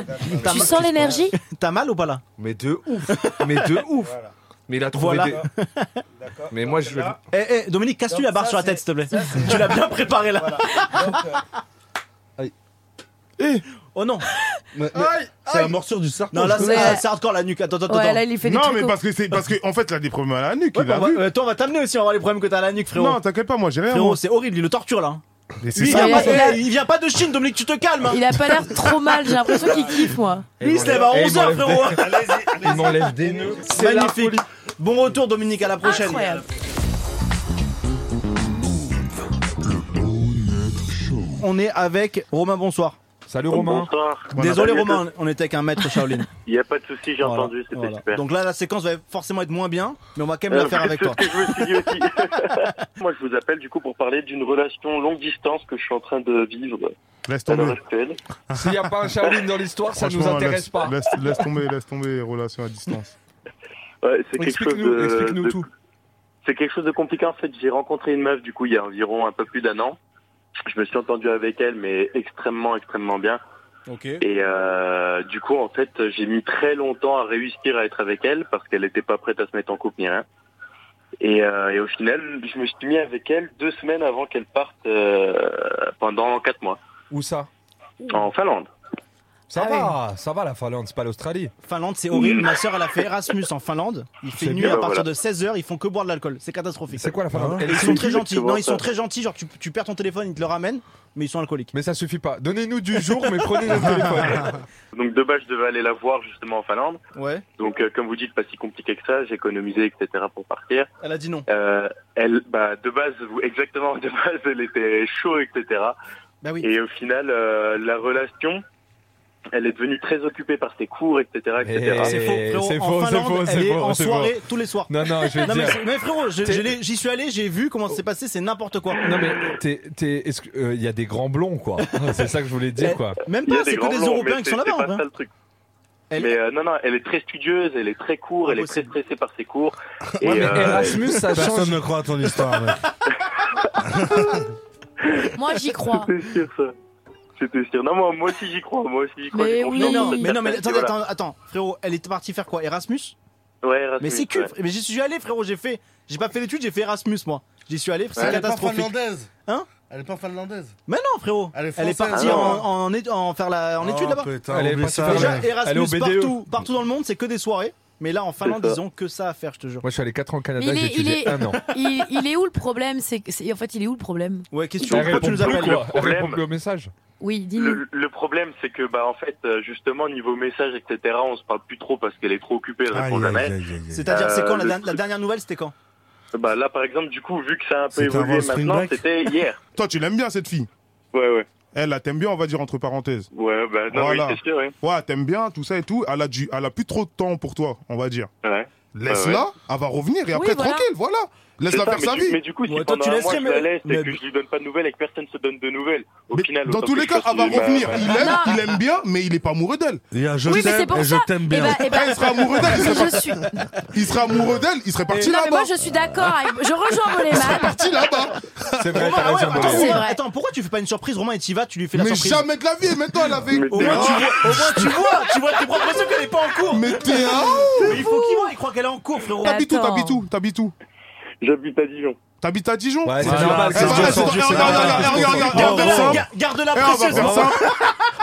T'as Tu ma- sens l'énergie T'as mal ou pas là Mais de ouf. Mais de ouf. Voilà. Mais il a trouvé Voilà. des... D'accord. Mais Donc moi, je là, Eh, eh, Dominique, casse-lui Donc, la barre ça, sur la tête, s'il c'est- te plaît. ça, c'est- Tu l'as bien préparé là. Voilà. Donc, euh, Oh non. C'est la morsure du serpent. Non, là, je c'est Ouais. c'est hardcore la nuque. Attends, attends, Ouais, attends. là, il fait des Non, trucs mais au- parce que c'est. Parce que, en fait, là, des problèmes à la nuque, Ouais, il bah, a bah, vu. euh, Toi, on va t'amener aussi, on va voir les problèmes que t'as à la nuque, frérot. Non, t'inquiète pas, moi, j'ai rien. Frérot, moi. c'est horrible, il le torture là. hein. Mais c'est Lui, il ça. vient, il pas, a- il a- eh, il vient pas de Chine, Dominique, tu te calmes. hein. Il a pas l'air trop mal, j'ai l'impression qu'il kiffe, moi. Lui, il se lève à Et il 11h, m'enlève frérot. des- Il m'enlève des nœuds. C'est magnifique. Bon retour, Dominique, à la prochaine. Incroyable. On est avec Romain, bonsoir. Salut Romain. Bonsoir. Désolé, salut. Romain, on était avec un maître Shaolin. Il n'y a pas de souci, j'ai Voilà, entendu, [LAUGHS] c'était voilà. super. Donc là, la séquence va forcément être moins bien, mais on va quand même la Euh, faire avec c'est [LAUGHS] toi. ce que je me suis dit aussi. Moi, je vous appelle du coup pour parler d'une relation longue distance que je suis en train de vivre Laisse à tomber. l'heure actuelle. S'il n'y a pas un Shaolin dans l'histoire, ça nous Franchement, intéresse laisse- pas. Laisse, laisse tomber, laisse tomber les relations à distance. Ouais, c'est quelque chose Explique-nous, de, explique-nous de- tout. c'est quelque chose de compliqué en fait. J'ai rencontré une meuf du coup il y a environ un peu plus d'un an. Je me suis entendu avec elle, mais extrêmement, extrêmement bien. Ok. Et euh, du coup, en fait, j'ai mis très longtemps à réussir à être avec elle parce qu'elle n'était pas prête à se mettre en couple ni rien. Et, euh, et au final, je me suis mis avec elle deux semaines avant qu'elle parte euh, pendant quatre mois Où ça en Finlande. Ça Ah va, ça va la Finlande, c'est pas l'Australie. Finlande, c'est horrible. Ma sœur, elle a fait Erasmus en Finlande. Il C'est fait nuit bien, à bah partir voilà. de 16h. Ils font que boire de l'alcool. C'est catastrophique. C'est quoi la Finlande Et Elle Ils est sont très exactement gentils. Non, ils ça. sont très gentils. Genre, tu, tu perds ton téléphone, ils te le ramènent, mais ils sont alcooliques. Mais ça suffit pas. Donnez-nous du jour, mais prenez [LAUGHS] notre téléphone. [LAUGHS] Donc de base, je devais aller la voir justement en Finlande. Ouais. Donc euh, comme vous dites, pas si compliqué que ça, j'ai économisé, etc. pour partir. Ah Elle a dit non. Euh, elle, bah, de base, vous- exactement, de base, elle était chaud, etc. Bah oui. Et au final, euh, la relation, elle est devenue très occupée par ses cours, etc. etc. Eh, C'est faux, c'est faux, en c'est Finlande, faux, elle c'est est faux, en c'est soirée faux. tous les soirs. Non, non, je vais mais, dire. c'est- mais frérot, je- T'es- je l'ai- j'y suis allé, j'ai vu comment ça s'est passé, c'est n'importe quoi. Non mais t'es, t'es- est-ce que- euh, il y a des grands blonds quoi. [LAUGHS] C'est ça que je voulais dire quoi. Même Il y a grands blonds, mais c'est- c'est hein. pas ça le truc. Mais euh, non, non, elle est très studieuse, elle est très Ah, court, elle est très stressée par ses cours. Et, euh, Bah, Personne ne croit à ton histoire, mec. [LAUGHS] Moi, j'y crois. C'était sûr, ça. C'était sûr. Non, moi, moi aussi, j'y crois. Moi aussi, j'y crois. j'ai mais confiance en non, cette mais non, mais personne, et attends, attends, voilà. attends, frérot, elle est partie faire quoi Erasmus Ouais, Erasmus, Mais c'est cul, ouais. fr- mais j'y suis allé, frérot, j'ai fait, j'ai pas fait l'étude, j'ai fait Erasmus, moi. J'y suis allé, c'est Elle est pas catastrophique. finlandaise. Hein Elle est pas finlandaise. Mais non, frérot, elle est est, française. partie Ah non. en, en, é- en faire la, en Oh, étude là-bas. putain, Elle est oublie partie ça. faire Déjà, la- elle est au Erasmus BDE. partout, partout dans le monde, c'est que des soirées. Mais là, en Finlande, ça. ils ont que ça à faire, je te jure. Moi je suis allé 4 ans au Mais Canada, il j'ai est, il, étudié est, un an. [LAUGHS] il, il est où le problème c'est, que- c'est- En fait, il est où le problème Ouais, qu'est-ce que tu veux Elle que tu nous répond plus, appelles Le quoi. Elle problème- répond plus au message. Oui, dis-nous. Le, le problème, c'est que, bah, en fait, euh, justement, niveau message, etc., on se parle plus trop parce qu'elle est trop occupée, elle répond Aïe, aïe, jamais. aïe, aïe, aïe. C'est-à-dire, c'est Euh, quand la, le der- la dernière nouvelle, c'était quand Bah, là, par exemple, du coup, vu que ça a un peu C'était avant évolué le spring maintenant, break c'était hier. Toi, tu l'aimes bien, cette fille Ouais, ouais. Elle, la t'aimes bien, on va dire entre parenthèses. Ouais, bah, non, oui, c'est sûr, oui. Ouais, t'aimes bien, tout ça et tout. Elle a, dû, elle a plus trop de temps pour toi, on va dire. Ouais. Laisse-la, elle va revenir et après, voilà. tranquille, voilà. C'est Laisse-la ça, faire mais sa du- vie. Mais du coup, si pendant un mois, je la laisse et que je lui donne pas de nouvelles et que personne se donne de nouvelles, au final... Dans autant tous que les je cas, elle va continue ma- revenir. ma- Il aime, Non. il aime bien, mais il est pas amoureux d'elle. Il y a je Oui, mais c'est t'aime pour et je ça. t'aime Eh ben, bien. eh ben- Quand il serait amoureux d'elle, il Je serait, suis- parti- il serait amoureux d'elle, il serait parti Non, mais là-bas. moi, je suis d'accord. avec- Je rejoins [LAUGHS] Moleman. Parti là-bas. C'est vrai, t'as raison. attends, Monet. Romain, attends, pourquoi tu fais pas une surprise, Romain, et tu y vas, tu lui fais la Mais surprise jamais de la vie. Et maintenant, elle avait. Mais Au moins, tu vois, au moins, tu vois, tu vois tes propres yeux qu'elle est pas en cours. Mais t'es un Mais il faut qu'il voit, il croit qu'elle est en cours, frérot. T'habites où attends. T'habites où T'habites où J'habite à Dijon. T'habites à Dijon Ouais, c'est Eh ben, normal, eh c'est ben, Dijon, attends, Dijon, eh, c'est regarde, normal. regarde, regarde, regarde, regarde, Garde-la, regarde. ga- garde-la Eh, on va précieuse. faire ça.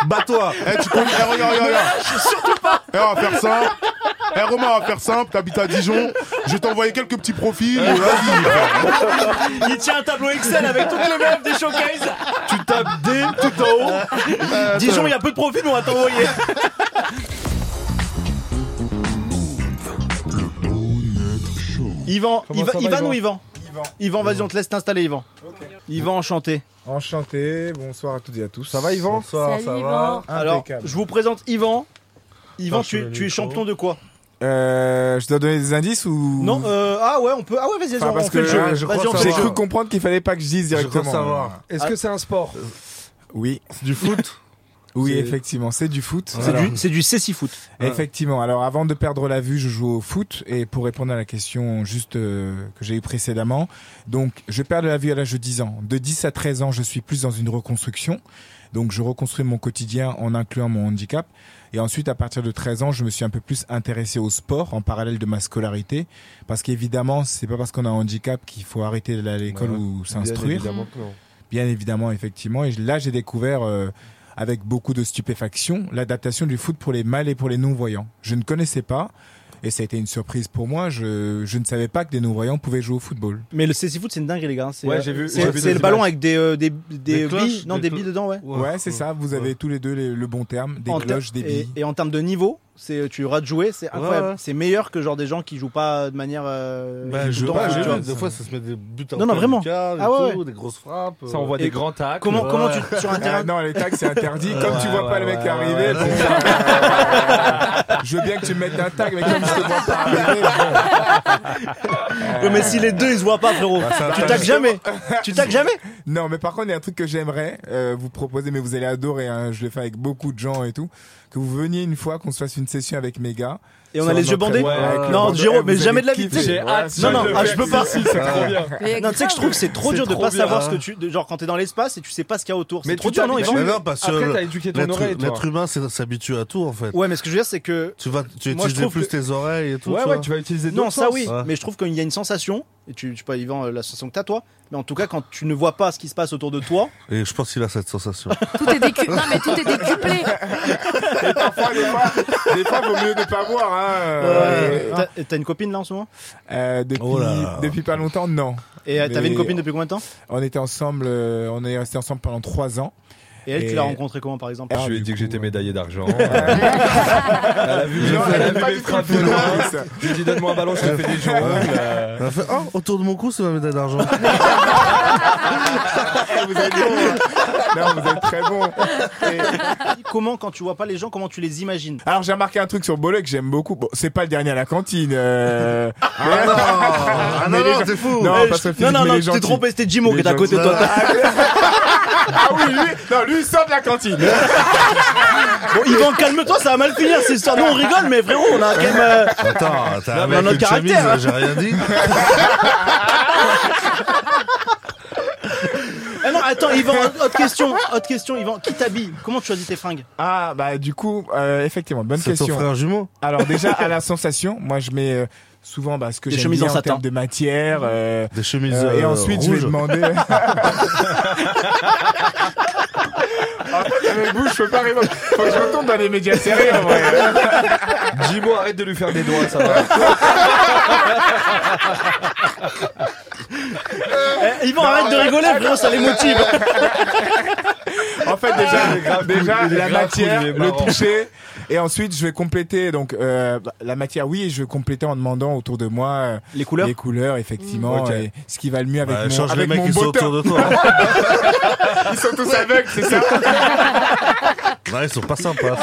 Bats-toi. Eh, tu connais. Eh, regarde, regarde, regarde. Surtout pas. Eh, on va faire simple. Eh, Romain, on va faire simple. T'habites à Dijon. Je vais t'envoyer quelques petits profils. Et Vas-y. Il tient un tableau Excel avec toutes les meufs des showcases. Tu tapes D tout en haut. Euh, Dijon, il y a peu de profil, mais on va t'envoyer. Yvan, Comment Yvan, ça va, Yvan Yvan ou Yvan Yvan, vas-y, on te laisse t'installer, Yvan. Yvan, enchanté. Enchanté, bonsoir à toutes et à tous. Ça va, Yvan Bonsoir, Salut, ça Yvan. va Alors, Impeccable. je vous présente Yvan. Yvan, Attends, je tu, mets es- le tu es micro. champion de quoi Euh, je dois donner des indices ou Non, euh, ah ouais, on peut. Ah ouais, vas-y, vas-y, Hmm. Enfin, on parce fait le que jeu. ah, je crois Vas-y, on savoir. j'ai fait le jeu. cru comprendre qu'il fallait pas que je dise crois directement. Ah. savoir. Est-ce que c'est un sport Oui, C'est du foot oui, C'est- effectivement, c'est du foot. C'est Alors, du, c'est du Cécifoot. Effectivement. Alors, avant de perdre la vue, je joue au foot et pour répondre à la question juste euh, que j'ai eue précédemment, donc je perds de la vue à l'âge de 10 ans. De 10 à 13 ans, je suis plus dans une reconstruction. Donc, je reconstruis mon quotidien en incluant mon handicap. Et ensuite, à partir de 13 ans, je me suis un peu plus intéressé au sport en parallèle de ma scolarité, parce qu'évidemment, c'est pas parce qu'on a un handicap qu'il faut arrêter d'aller à l'école Ouais, ou Bien s'instruire. évidemment que non. Bien évidemment, effectivement. Et là, j'ai découvert, euh, avec beaucoup de stupéfaction, l'adaptation du foot pour les mâles et pour les non-voyants. Je ne connaissais pas, et ça a été une surprise pour moi. Je, je ne savais pas que des non-voyants pouvaient jouer au football. Mais le Cécifoot, c'est une dinguerie, les gars. C'est, Ouais, euh, j'ai vu- C'est, j'ai vu c'est des le ballon images. avec des, euh, des, des, Des cloches, billes, non, des des clo- billes dedans, ouais. Ouais, c'est ça. Vous avez tous les deux les- le bon terme. Des En ter- cloches, des et- billes. Et, en termes de niveau, c'est tu auras de jouer, c'est incroyable. ouais. C'est meilleur que genre des gens qui jouent pas de manière. euh, Bah, tout je le temps, pas, tu j'ai vois. vu, des fois, ça se met des buts Non, non, vraiment. Ah ouais, des grosses frappes. Ça envoie Et des grands tacles. Comment, Ouais. comment tu sur un terrain Ah, euh, [LAUGHS] non, les tags, c'est interdit. Comme tu vois ouais, pas le ouais, mec ouais, ouais. arriver, bon, euh, [LAUGHS] je veux bien que tu me mettes un tag, mais comme je te vois pas arriver, bon. [LAUGHS] Ouais, mais si les deux ils se voient pas, frérot, Bah, ça tu va. taques jamais. tu taques jamais. Non, mais par contre, il y a un truc que j'aimerais euh, vous proposer, mais vous allez adorer. hein, je le fais avec beaucoup de gens et tout. Que vous veniez une fois qu'on se fasse une session avec mes gars. Et on Sur a les un yeux bandés entraînement avec le Non, bandé. Jérôme, Eh, mais vous allez jamais de la vie, kiffer. tu sais. Ouais, hâte, si Non, je non, le ah, fais, je peux [LAUGHS] pas. si, si, c'est trop bien. Mais Non, tu sais que je trouve que c'est trop dur de pas bien. savoir ce que tu, de- genre quand t'es dans l'espace et tu sais pas ce qu'il y a autour. C'est Mais trop tu dur, non, t'habitues- Yvan Mais non, parce que Après, t'as éduqué ton l'être- oreille, toi. L'être humain c'est- s'habitue à tout, en fait. Ouais, mais ce que je veux dire, c'est que Tu vas, tu Moi, je utilises trouve plus que- tes oreilles et tout. Ouais, tu ouais, vois. tu vas utiliser Non, d'autres ça sens. oui, Ouais. mais je trouve qu'il y a une sensation Et tu, tu peux pas vivre la sensation que t'as toi. Mais en tout cas, quand tu ne vois pas ce qui se passe autour de toi, Et je pense qu'il a cette sensation. tout est décuplé. Non mais tout est [LAUGHS] décuplé. Parfois, des fois, des fois, vaut mieux ne pas voir. Hein, Euh, Ouais. T'as- une copine là en ce moment depuis, Oh là. depuis pas longtemps, non. Et, euh, t'avais une copine depuis combien de temps On était ensemble, euh, on est resté ensemble pendant trois ans. Ah, Et elle, tu l'as rencontrée comment, par exemple Ah, Je lui ai dit que euh, j'étais médaillé [LAUGHS] d'argent. Elle a vu, Non, elle elle a a vu pas mes du tout frappes le de loin. feu. Je lui ai dit donne-moi un ballon, je te fais des jongles. euh, Elle a fait, oh, autour de mon cou, c'est ma médaille [LAUGHS] d'argent. vous êtes bon. hein. Non, vous êtes très bon. Comment, quand tu vois pas les gens, comment tu les imagines Alors j'ai remarqué un truc sur Bollé que j'aime beaucoup. Bon, c'est pas le dernier à la cantine. euh, mais- Ah mais les gens- Non, Eh, parce je- que Philippe, non, mais les non, tu t'es gentils. trompé, c'était Jimo qui Les était à côté de toi. gentils. Ah oui, lui, non, lui il sort de la cantine. Bon, Yvan, calme-toi, ça va mal finir cette histoire. Nous, on rigole, mais frérot, on a Eh, quand même. [LAUGHS] euh, Attends, Non, t'as un mais mec notre une caractère, chemise, euh, hein. j'ai rien dit. Ah non, attends, Yvan, autre question, autre question, Yvan, qui t'habille Comment tu choisis tes fringues Ah bah du coup, euh, effectivement, bonne C'est ton question. frère jumeau. Alors déjà à la sensation, moi je mets euh, souvent bah, ce que Des j'aime chemises bien en en satin. termes de matière. euh, Des chemises. euh, et ensuite je vais [LAUGHS] demander. Avec vous, je peux pas répondre. Faut que je retourne dans les médias sérieux. en vrai. Jimo, Euh, arrête de lui faire des doigts, ça va. [LAUGHS] Eh, Yvan, arrête de rigoler, frérot, ça les motive. [LAUGHS] En fait, déjà, grave déjà cool, il est la grave matière, cool, il est le marrant. toucher. Et ensuite, je vais compléter. Donc, euh, la matière, oui, et je vais compléter en demandant autour de moi euh, les couleurs. Les couleurs, effectivement. Ok. et ce qui va le mieux avec Bah, mon change les avec mecs mon qui sont beau teint. autour de toi. hein. [LAUGHS] [LAUGHS] ils sont tous aveugles, c'est ça. Non, ils sont pas [LAUGHS] sympas.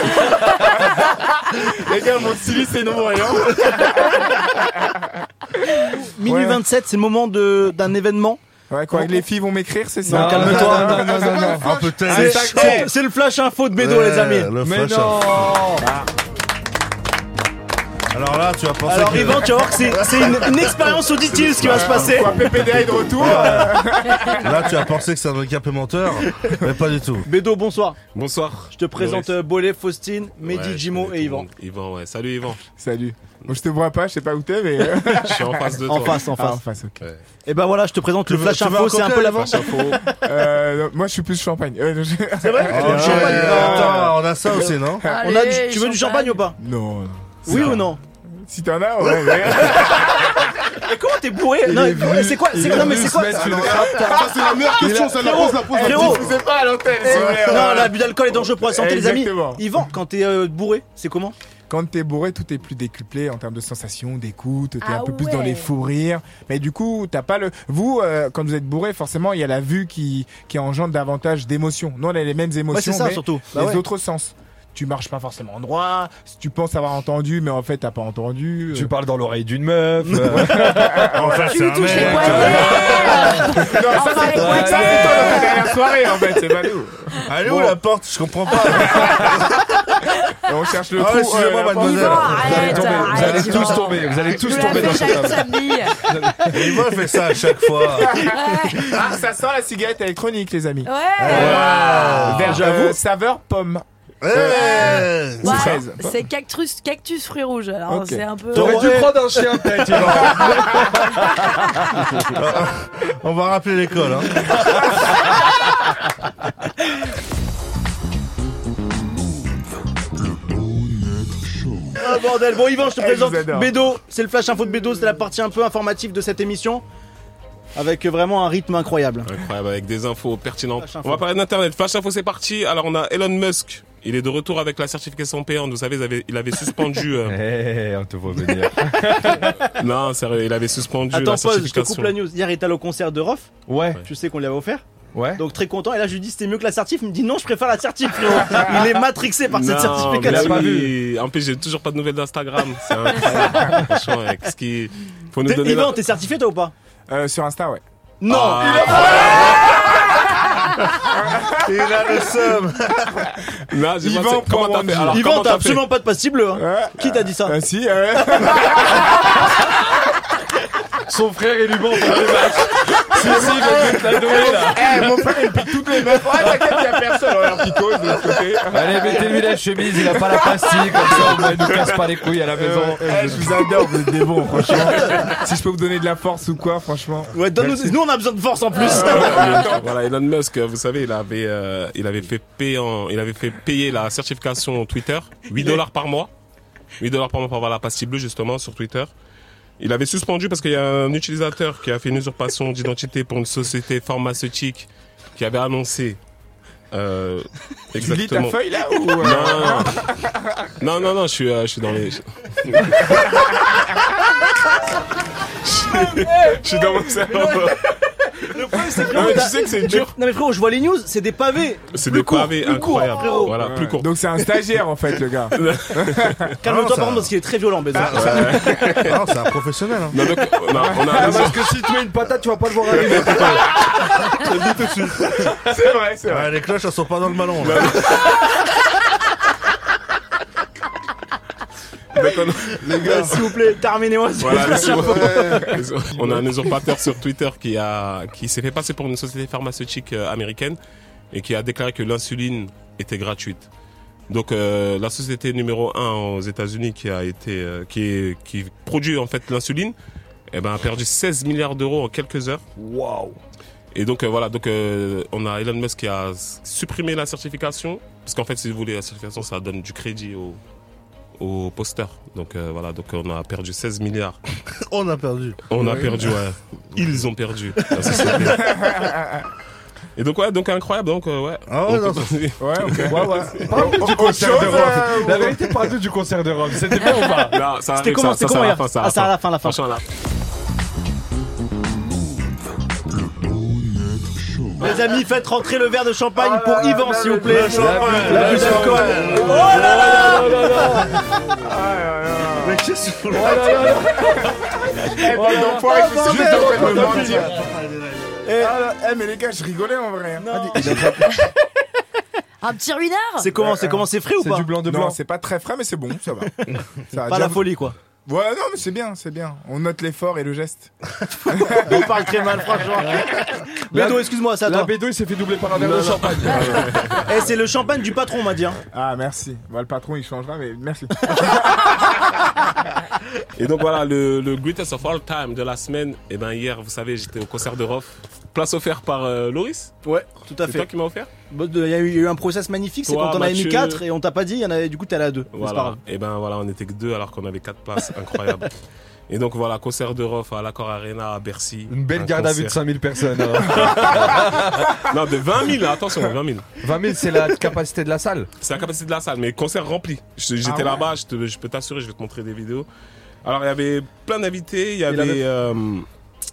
Les gars, mon styliste c'est non-voyant. Minuit 27, c'est le moment de- d'un événement. Ouais, quoi, les filles vont m'écrire, c'est ça Non, calme-toi. Non, non, non, non, non. Ah, peut-être. C'est- Hashtag- C'est c'est le flash info de Bédo, Ouais, les amis. le flash info. Ah, Alors là, tu vas penser Alors, que... Yvan, tu vas voir que c'est c'est une, [LAUGHS] une expérience auditive ce qui va se passer. Quoi, PPDA est de retour. [LAUGHS] Là, tu as pensé que c'est un handicapé menteur, mais pas du tout. Bédo, bonsoir. Bonsoir. Je te présente euh, Bolet, Faustine, Mehdi, Ouais, je Jimo connais et tout le Yvan. monde. Yvan, ouais. Salut Yvan. Salut. Moi, je te vois pas, je sais pas où t'es, mais. euh, Je suis en face de toi. En face, en Ah, face. en face, ok. Ouais. Et ben voilà, je te présente le Tu veux- flash tu veux info, un c'est un peu cocktail, l'avant. flash info [LAUGHS] Euh, non, moi, je suis plus champagne. [LAUGHS] [LAUGHS] C'est vrai Oh, ouais, attends, on a ça aussi, [LAUGHS] non On a du- tu veux du champagne ou pas Non. non. Oui ou non Si t'en as, ouais. ouais. Mais comment t'es bourré Non, mais c'est quoi c'est- Non, mais c'est quoi Ah, non, Ça, c'est la meilleure question, ça, la Frérot, pose, la pose. frérot. Je sais pas à l'antenne. [LAUGHS] Eh, c'est vrai, Non, voilà. l'abus d'alcool est dangereux pour la santé, les amis. Exactement. Yvan, quand t'es euh, bourré, c'est comment Quand t'es bourré, tout est plus décuplé en termes de sensations, d'écoute, t'es Ah un peu plus dans ouais. les fous rires. Mais du coup, t'as pas le. Vous, euh, quand vous êtes bourré, forcément, il y a la vue qui, qui engendre davantage d'émotions. Nous, on a les mêmes émotions, c'est ça, mais surtout. les Bah ouais. autres sens. Tu marches pas forcément droit, tu penses avoir entendu, mais en fait, t'as pas entendu. euh. Tu parles dans l'oreille d'une meuf. euh. [LAUGHS] Enfin, Tu lui touches les poignets. non, ça, c'est ça, c'est toi dans ta dernière soirée, en fait, c'est pas nous. Allez où la porte Je comprends pas. Et [LAUGHS] on cherche le Ah, trou. excusez-moi, euh, la porte. mademoiselle. Vous allez tomber, vous allez tous tomber, vous allez tous tomber dans cette table. Et Yvan fait ça à chaque [LAUGHS] fois. Ah, ça sent la cigarette électronique, les amis. Ouais. Waouh. J'avoue, saveur pomme. Ouais. Ou Ouais, fraise. c'est cactus, cactus fruits rouges. Alors Ok. c'est un peu. T'aurais dû prendre un chien, peut-être, Yvan. On va rappeler l'école. Hein. Ah bordel, bon Yvan, je te Eh, présente je vous adore. Bédo, c'est le flash info de Bédo, c'est la partie un peu informative de cette émission. Avec vraiment un rythme incroyable. Incroyable, avec des infos pertinentes. On va parler d'Internet. Flash Info, c'est parti. Alors, on a Elon Musk. Il est de retour avec la certification payante. Vous savez, il avait, il avait suspendu. euh, [LAUGHS] Eh, on te voit venir. [LAUGHS] non, sérieux, il avait suspendu euh, Attends, la pause, je te certification. coupe la news. Hier, il était allé au concert de Rof. Ouais. Tu sais qu'on lui avait offert. Ouais. Donc très content. Et là, je lui dis, c'était mieux que la certif. Il me dit, non, je préfère la certif, frérot. Il est matrixé par cette Non, mais certification. oui. En plus, j'ai toujours pas de nouvelles d'Instagram. C'est [LAUGHS] incroyable. Franchement, ouais, qu'est-ce qui. Faut nous T'es- donner. la- Ah. Yvan, t'es certifié toi ou pas Euh, sur Insta, ouais. Non Il a le seum. Non, j'ai pas- Yvan, c'est- comment t'as fait Alors, Yvan, comment t'as t'as fait absolument pas de pastille bleue. hein. Qui t'a dit ça Bah si, [LAUGHS] euh, Son frère est lui bon. Si, si, le but l'a donné, là. Eh, mon frère, il pique toutes les meufs. Ouais, t'inquiète, il y a [LAUGHS] personne. Alors, qui cause de l'autre côté. Allez, mettez-lui la chemise, il a pas la pastille, comme ça, au moins, il nous casse pas les couilles à la maison. Eh, je vous adore, vous êtes des bons, franchement. si je peux vous donner de la force ou quoi, franchement. Ah, Ouais, donne-nous. Nous, on a besoin de force en plus. [LAUGHS] voilà, Elon Musk, vous savez, il avait, euh, il avait fait payant, il avait fait payer la certification Twitter, 8 dollars par mois. 8 dollars par mois pour avoir la pastille bleue, justement, sur Twitter. Il avait suspendu parce qu'il y a un utilisateur qui a fait une usurpation d'identité pour une société pharmaceutique qui avait annoncé, euh, [LAUGHS] Tu lis exactement. ta feuille là ou. euh, Non, non, non, non, je suis, euh, je suis dans les, je suis dans mon cerveau. Non, mais tu sais que c'est dur. Non, mais frérot, je vois les news, c'est des pavés. C'est Plus des courts, pavés plus courts, incroyables. frérot. Voilà, plus court. Donc c'est un stagiaire en fait, le [LAUGHS] gars. Calme-toi, par contre, parce qu'il est très violent, Bézard. Ah, Non, c'est un professionnel. Hein. Non, donc, non, on a Ah, parce que si tu mets une patate, tu vas pas le voir arriver. C'est vrai, c'est Ouais, les cloches, elles sont pas Ah, dans le ballon. Là. Les gars, s'il vous plaît, terminez-moi cette Voilà, expression. [LAUGHS] les- on a un usurpateur sur Twitter qui a qui s'est fait passer pour une société pharmaceutique euh, américaine et qui a déclaré que l'insuline était gratuite. Donc euh, la société numéro 1 aux États-Unis qui a été euh, qui est- qui produit en fait l'insuline, eh ben a perdu 16 milliards d'euros en quelques heures. Waouh. Et donc euh, voilà, donc euh, on a Elon Musk qui a s- supprimé la certification parce qu'en fait si vous voulez la certification ça donne du crédit au au poster. Donc euh, voilà, donc on a perdu 16 milliards On a perdu. on a Oui. perdu, ouais. Ils ont perdu. Ah, c'est sûr. Et donc ouais, donc incroyable, donc euh, ouais. Ah ouais, non, ça- [LAUGHS] Ouais, ouais. Parle-nous du concert de Rome. La vérité, parle-nous du concert de Rome. C'était bien ou pas [LAUGHS] Non, ça C'était arrive, comment ça- ça, C'était comment ça, hier ça, ça, Ah, c'est à ça. la fin, la fin. Franchement, là. Les amis, faites rentrer le verre de champagne pour Yvan, s'il vous plaît. champagne, La Oh le plus d'alcool. champagne. Oh là là Oh là Oh là là Mais qu'est-ce que Oh Eh, Voilà. pardon, foiré, je Ah, suis juste bordel, en train de me bordel. mentir. Ah, là, Eh, mais les gars, je rigolais en vrai. Un petit ruinard Ah, C'est Bah, comment C'est comment C'est frais ou pas Non, Euh, c'est pas très frais, mais c'est bon, ça va. Ça a Pas déjà- la folie, quoi. Ouais, non, mais c'est bien, c'est bien. On note l'effort et le geste. [LAUGHS] On parle très mal, franchement. Bédo, excuse-moi, ça La toi. Bédo, il s'est fait doubler par un verre Non, de non. [LAUGHS] champagne. Eh, c'est le champagne du patron, on m'a dit. hein. Ah, merci. Bah, le patron, il changera, mais merci. Et donc voilà, le, le greatest of all time de la semaine. Et ben hier, vous savez, j'étais au concert de Rof. Place offerte par euh, Loris. Ouais, tout à C'est fait. toi qui m'as offert Bon, de- Il y, a eu- il y a eu un process magnifique, c'est Toi, quand on en avait mis Mathieu. 4 et on t'a pas dit, il y en avait, du coup t'es allé à 2. C'est pas Voilà. grave. Et ben voilà, on était que deux alors qu'on avait quatre [LAUGHS] places, incroyable. Et donc voilà, concert de Rof à l'Accor Arena à Bercy. Une belle Un garde à vue de concert. 5000 personnes. hein. Non, de 20 000, attention, 20 [LAUGHS] 000. 20 000, c'est la capacité de la salle. C'est la capacité de la salle, mais concert rempli. Je- J'étais Ah ouais. là-bas, je, te- je peux t'assurer, je vais te montrer des vidéos. Alors, il y avait plein d'invités, il y avait avait- euh,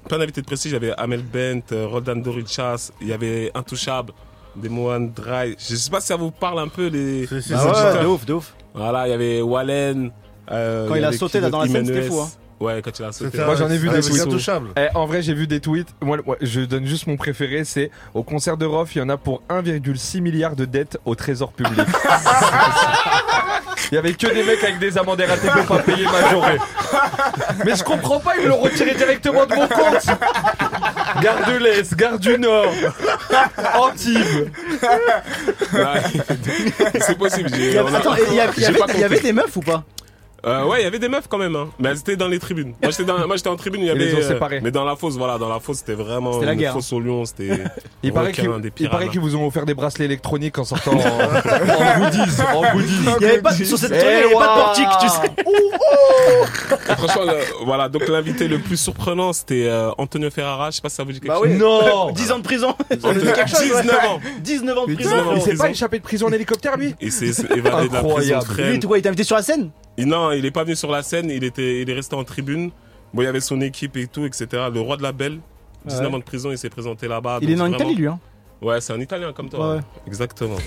plein d'invités de prestige. Il y avait Amel Bent, euh, Roldan Dorichas, il y avait Intouchable, des Mohan Dry. Je sais pas si ça vous parle un peu, les. si, Ah si, ouais, si. de ouf, de ouf. Voilà, il y avait Wallen. euh, Quand il y a avait sauté, là, Kilo dans la scène, c'était Jimenez. fou, hein. Ouais, quand il a sauté. Ah, Moi j'en ai vu des tweets. intouchable. Eh, en vrai j'ai vu des tweets. Moi, le- moi, je donne juste mon préféré, c'est au concert de Rof, il y en a pour 1,6 milliard de dettes au trésor public. Il y avait que des mecs avec des amendes RATP pour pas payer majoré. Mais je comprends Ah, pas, ils me l'ont retiré directement de mon compte. Gare de l'Est, gare du Nord, Antibes. [LAUGHS] Ouais. C'est possible. Il j'ai- y a- on a- Attends, et il y a- il y j'ai avait- pas il y avait compté. des meufs ou pas Euh, ouais, il y avait des meufs quand même, hein. mais elles étaient dans les tribunes. Moi j'étais, dans- moi, j'étais en tribune, il y Ils avait. les ont euh, séparés. Mais dans la fosse, voilà, dans la fosse, c'était vraiment. C'était la une guerre. hein. fosse au lion, [LAUGHS] c'était. Il paraît, qu'ils, requin, des il pirates. paraît qu'ils vous ont offert des bracelets électroniques en sortant en, en goodies. En goodies. Il y avait pas, sur cette tournée, il y avait pas de portique, Ah. tu sais. Et [LAUGHS] Franchement, le- voilà, donc l'invité le plus surprenant, c'était euh, Antonio Ferrara. Je sais pas si ça vous dit quelque Bah oui. chose. Non 10 ans de prison. [LAUGHS] On était Quelque chose, ouais. 19 ans. 19 ans de Mais prison. 19 ans. Il frérot. s'est prison. pas échappé de prison en hélicoptère lui [LAUGHS] Et c'est, c'est évadé de la prison Incroyable. crème. Lui, tu vois, il t'a invité sur la scène Et non, il est pas venu sur la scène, il, était, il est resté en tribune. Bon, il y avait son équipe et tout, etc. Le roi de la belle, 19 Ouais. ans de prison, il s'est présenté là-bas. Il est donc dans vraiment- l'Italie, lui. Hein. Ouais, c'est un Italien comme toi. Ouais. ouais. Exactement.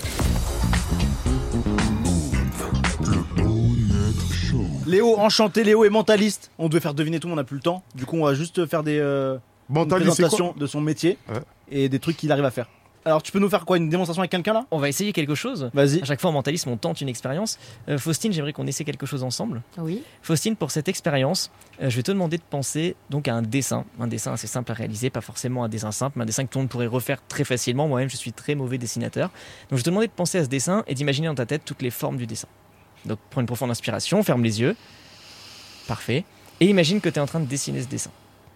Léo, enchanté, Léo est mentaliste. On devait faire deviner tout, mais on n'a plus le temps. Du coup, on va juste faire des euh, une Mentaliste, c'est présentation de son métier et des trucs qu'il arrive à faire. Alors, tu peux nous faire quoi Une démonstration avec quelqu'un là On va essayer quelque chose. Vas-y. À chaque fois en mentalisme, on tente une expérience. Euh, Faustine, j'aimerais qu'on essaie quelque chose ensemble. Oui. Faustine, pour cette expérience, euh, je vais te demander de penser donc à un dessin, un dessin assez simple à réaliser, pas forcément un dessin simple, mais un dessin que tout le monde pourrait refaire très facilement. Moi-même, je suis très mauvais dessinateur, donc je vais te demander de penser à ce dessin et d'imaginer dans ta tête toutes les formes du dessin. Donc, prends une profonde inspiration, ferme les yeux, parfait, et imagine que tu es en train de dessiner ce dessin.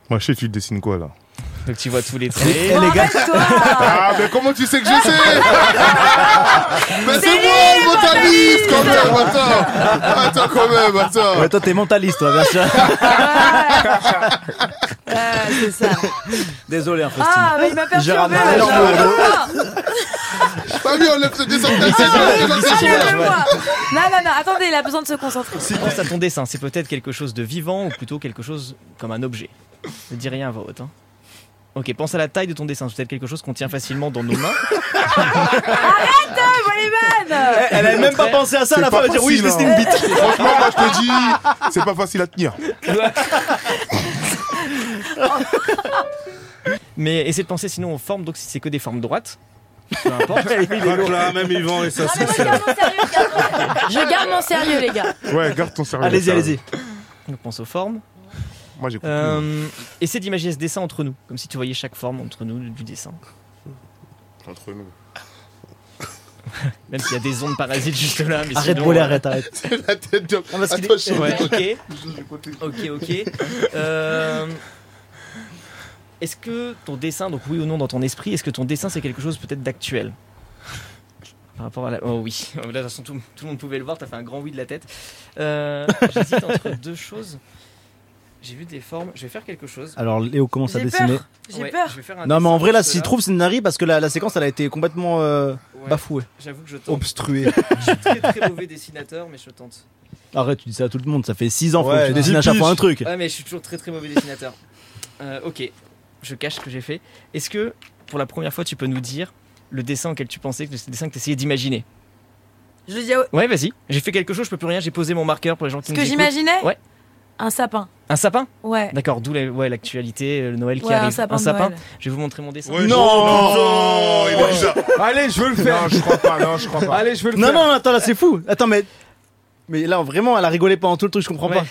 Moi, je sais, tu dessines quoi là Donc, tu vois tous les traits. Eh, les gars. Ah, mais comment tu sais que je sais Mais c'est moi, le mentaliste, quand même, attends Attends, quand même, attends Ouais, toi, t'es mentaliste, toi, bien [LAUGHS] sûr. c'est ça. Désolé, hein, Faustine. Ah, mais il m'a perturbé. Gérard là, Marais, Gérard Gérard Marais. Pas vu, enlève ce dessin de Enlève-le-moi. Non, non, non, attendez, il a besoin de se concentrer. Si pense à ton dessin, c'est peut-être quelque chose de vivant ou plutôt quelque chose comme un objet. Ne dis rien à voix haute. hein. Ok, pense à la taille de ton dessin, c'est peut-être quelque chose qu'on tient facilement dans nos mains. Arrête, Volleyman Elle avait même pas pensé à ça, C'est la pas femme elle va dire oui, je facile, dessine une hein. bite. Franchement, moi, je te dis, [LAUGHS] c'est pas facile à tenir. Mais essaie de penser sinon aux formes, donc si c'est que des formes droites. Peu importe. Hop là, même Yvan et ça, c'est Je garde mon sérieux, les gars. Ouais, garde ton cerveau. Allez-y, ça. allez-y. Donc pense aux formes. Moi, j'ai compris. Euh, essaie d'imaginer ce dessin entre nous, comme si tu voyais chaque forme entre nous du dessin. Entre nous. Même s'il y a des ondes parasites juste là. Mais Arrête, sinon, Bolé, euh, arrête, arrête. C'est [LAUGHS] la tête de... parce qu'il Attends, je sais Ouais, pas. ok. Je continue. Ok, ok. Euh, Est-ce que ton dessin, donc oui ou non dans ton esprit, est-ce que ton dessin c'est quelque chose peut-être d'actuel Par rapport à la. Oh oui, [LAUGHS] Oh, là, de toute façon, tout, tout le monde pouvait le voir, t'as fait un grand oui de la tête. Euh, J'hésite [LAUGHS] entre deux choses. J'ai vu des formes, je vais faire quelque chose. Alors, Léo commence à J'ai dessiner. peur, j'ai Ouais, peur. je vais faire un Non, mais en dessin vrai, là, de s'il cela. trouve, c'est une nari parce que la, la séquence, elle a été complètement euh, Ouais, bafouée. J'avoue que je tente. Obstruée. [LAUGHS] Je suis très très mauvais dessinateur, mais je tente. Arrête, tu dis ça à tout le monde, ça fait 6 ans faut Ouais, que tu dessines dix à chaque fois un piges. truc. Ouais, mais je suis toujours très très mauvais dessinateur. Euh, ok, je cache ce que j'ai fait. Est-ce que pour la première fois tu peux nous dire le dessin auquel tu pensais, le dessin que tu essayais d'imaginer Je lui dis, ah ouais, Ouais, vas-y, j'ai fait quelque chose, je peux plus rien, j'ai posé mon marqueur pour les gens qui ce nous que écoutent. j'imaginais Ouais. Un sapin. Un sapin Ouais. D'accord, d'où la- ouais, l'actualité, euh, le Noël qui Ouais, un arrive. sapin de Noël. Je vais vous montrer mon dessin. Ouais, Non je- non, il a déjà- Allez, je veux le faire. Non, je crois pas, non, je crois pas. Allez, je veux le Non, faire. non, attends, là, c'est fou. Attends, mais. Mais là, vraiment, elle a rigolé pendant tout le truc, je comprends Ouais. pas.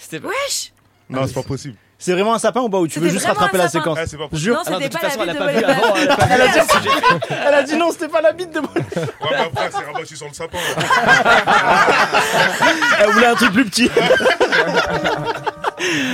C'était pas- Wesh Non, c'est pas possible. C'est vraiment un sapin ou pas Ou tu veux C'était juste vraiment rattraper un la sapin. séquence Ouais, Eh, c'est pas Jure Non, Ah non, de c'était toute pas façon, la elle a bite de pas vu Volleyman. avant, elle a [LAUGHS] pas vu avant ce que j'ai fait. Elle a dit non, c'était pas la bite de Ouais, mais après, c'est rabattu sur le sapin. Elle voulait un truc plus petit.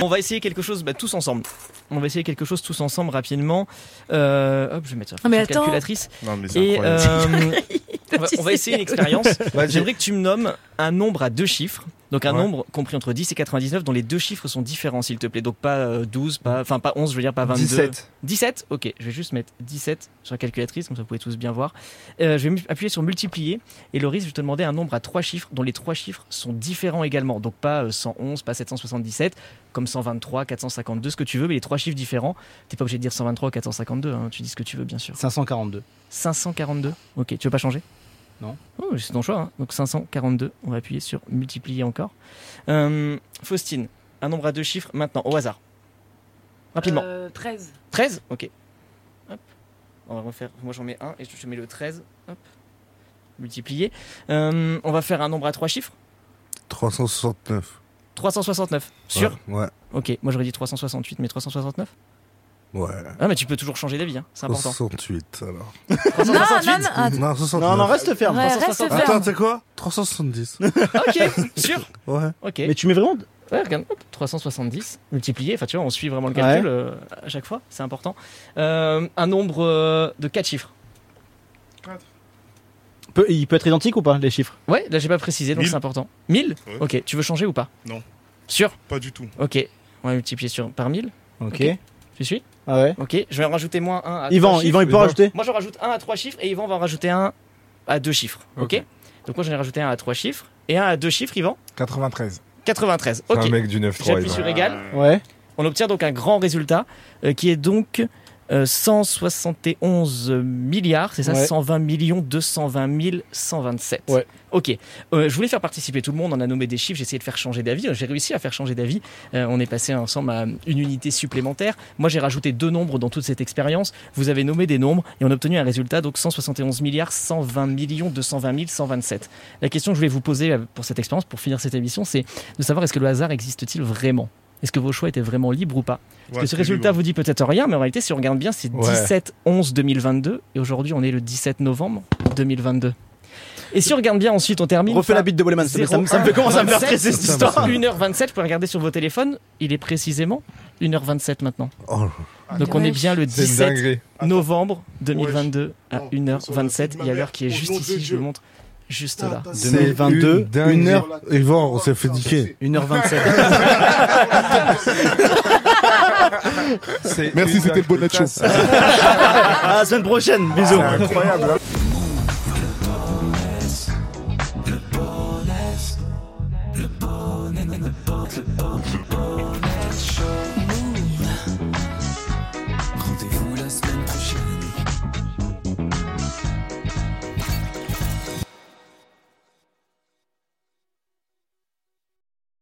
On va essayer quelque chose bah, tous ensemble. On va essayer quelque chose tous ensemble rapidement. Euh, hop, je vais mettre ça Ah, mais sur la attends. calculatrice. Non, mais c'est Et incroyable. [LAUGHS] euh, on, va, on va essayer une expérience. J'aimerais que tu me nommes un nombre à deux chiffres. Donc un Ouais. nombre compris entre 10 et 99 dont les deux chiffres sont différents s'il te plaît. Donc pas euh, 12, pas enfin pas 11, je veux dire pas 22. 17. 17 OK, je vais juste mettre 17 sur la calculatrice comme ça vous pouvez tous bien voir. Euh, je vais mu- appuyer sur multiplier et Loris, je vais te demander un nombre à trois chiffres dont les trois chiffres sont différents également. Donc pas euh, 111, pas 777 comme 123, 452 ce que tu veux mais les trois chiffres différents. T'es pas obligé de dire 123, 452 hein. tu dis ce que tu veux bien sûr. 542. 542. Ok, tu veux pas changer Non. Oh, c'est ton choix. hein. Donc 542, on va appuyer sur multiplier encore. Euh, Faustine, un nombre à deux chiffres maintenant, au hasard. Rapidement. Euh, 13. 13 Ok. Hop. On va refaire. Moi j'en mets un et je te mets le 13. Hop. Multiplier. Euh, on va faire un nombre à trois chiffres 369. 369. Sûr Ouais. Ok, moi j'aurais dit 368, mais 369 Ouais. Ah, mais tu peux toujours changer d'avis, hein. c'est important. 68 alors. Non, non, non. att- Non, 69. Non, non, reste ferme. Ouais, reste Attends, ferme. tu sais quoi [LAUGHS] 370. Ok, sûr Ouais. Ok. Mais tu mets vraiment. Ouais, regarde, hop, 370 multiplié. Enfin, tu vois, on suit vraiment le calcul euh, à chaque fois, c'est important. Euh, un nombre euh, de 4 chiffres. Peut- il peut être identique ou pas, les chiffres Ouais, là, j'ai pas précisé, donc Mille. c'est important. 1000 Ouais. Ok, tu veux changer ou pas Non. Sûr Pas du tout. Ok, on va multiplier sur, par 1000. Ok. Tu suis Ah ouais Ok, je vais en rajouter moins 1 à trois Yvan, chiffres. Yvan, il peut rajouter Moi, je rajoute 1 à 3 chiffres et Yvan va en rajouter 1 à 2 chiffres. Ok, Donc, moi, j'en ai rajouté 1 à 3 chiffres et 1 à 2 chiffres, Yvan 93. 93. C'est Ok. un mec du 9-3. J'appuie il va. sur égal. Ouais. On obtient donc un grand résultat euh, qui est donc euh, 171 milliards, c'est ça Ouais. 120 millions 220 000 127. Ouais. Ok. Euh, je voulais faire participer tout le monde, on a nommé des chiffres, j'ai essayé de faire changer d'avis, euh, j'ai réussi à faire changer d'avis. Euh, on est passé ensemble à une unité supplémentaire. Moi, j'ai rajouté deux nombres dans toute cette expérience. Vous avez nommé des nombres et on a obtenu un résultat, donc 171 milliards 120 millions 220 000 127. La question que je voulais vous poser euh, pour cette expérience, pour finir cette émission, c'est de savoir est-ce que le hasard existe-t-il vraiment est-ce que vos choix étaient vraiment libres ou pas Parce Ouais, que ce très résultat libre. vous dit peut-être rien, mais en réalité, si on regarde bien, c'est Ouais. 17-11-2022, et aujourd'hui, on est le 17 novembre 2022. Et si on regarde bien ensuite, on termine. Refais par la bite de Boleman, ça me- ça me fait commencer à me faire 01, stresser, cette 27, histoire. 1h27, vous pouvez regarder sur vos téléphones, il est précisément 1h27 maintenant. Oh. Ah, Donc on est ouais. bien le C'est une 17 dinguerie. novembre 2022 à Oh, 1h27, il y a l'heure qui est au juste nom de Ah, ici, je vous le montre, juste là. C'est une dinguerie. Yvan, on s'est fait niquer. [LAUGHS] 1h27. Merci, une c'était dingue Bonaccio. de classe. [LAUGHS] à la semaine prochaine, bisous. incroyable. hein. Le bonnet, le bonnet, le bonnet.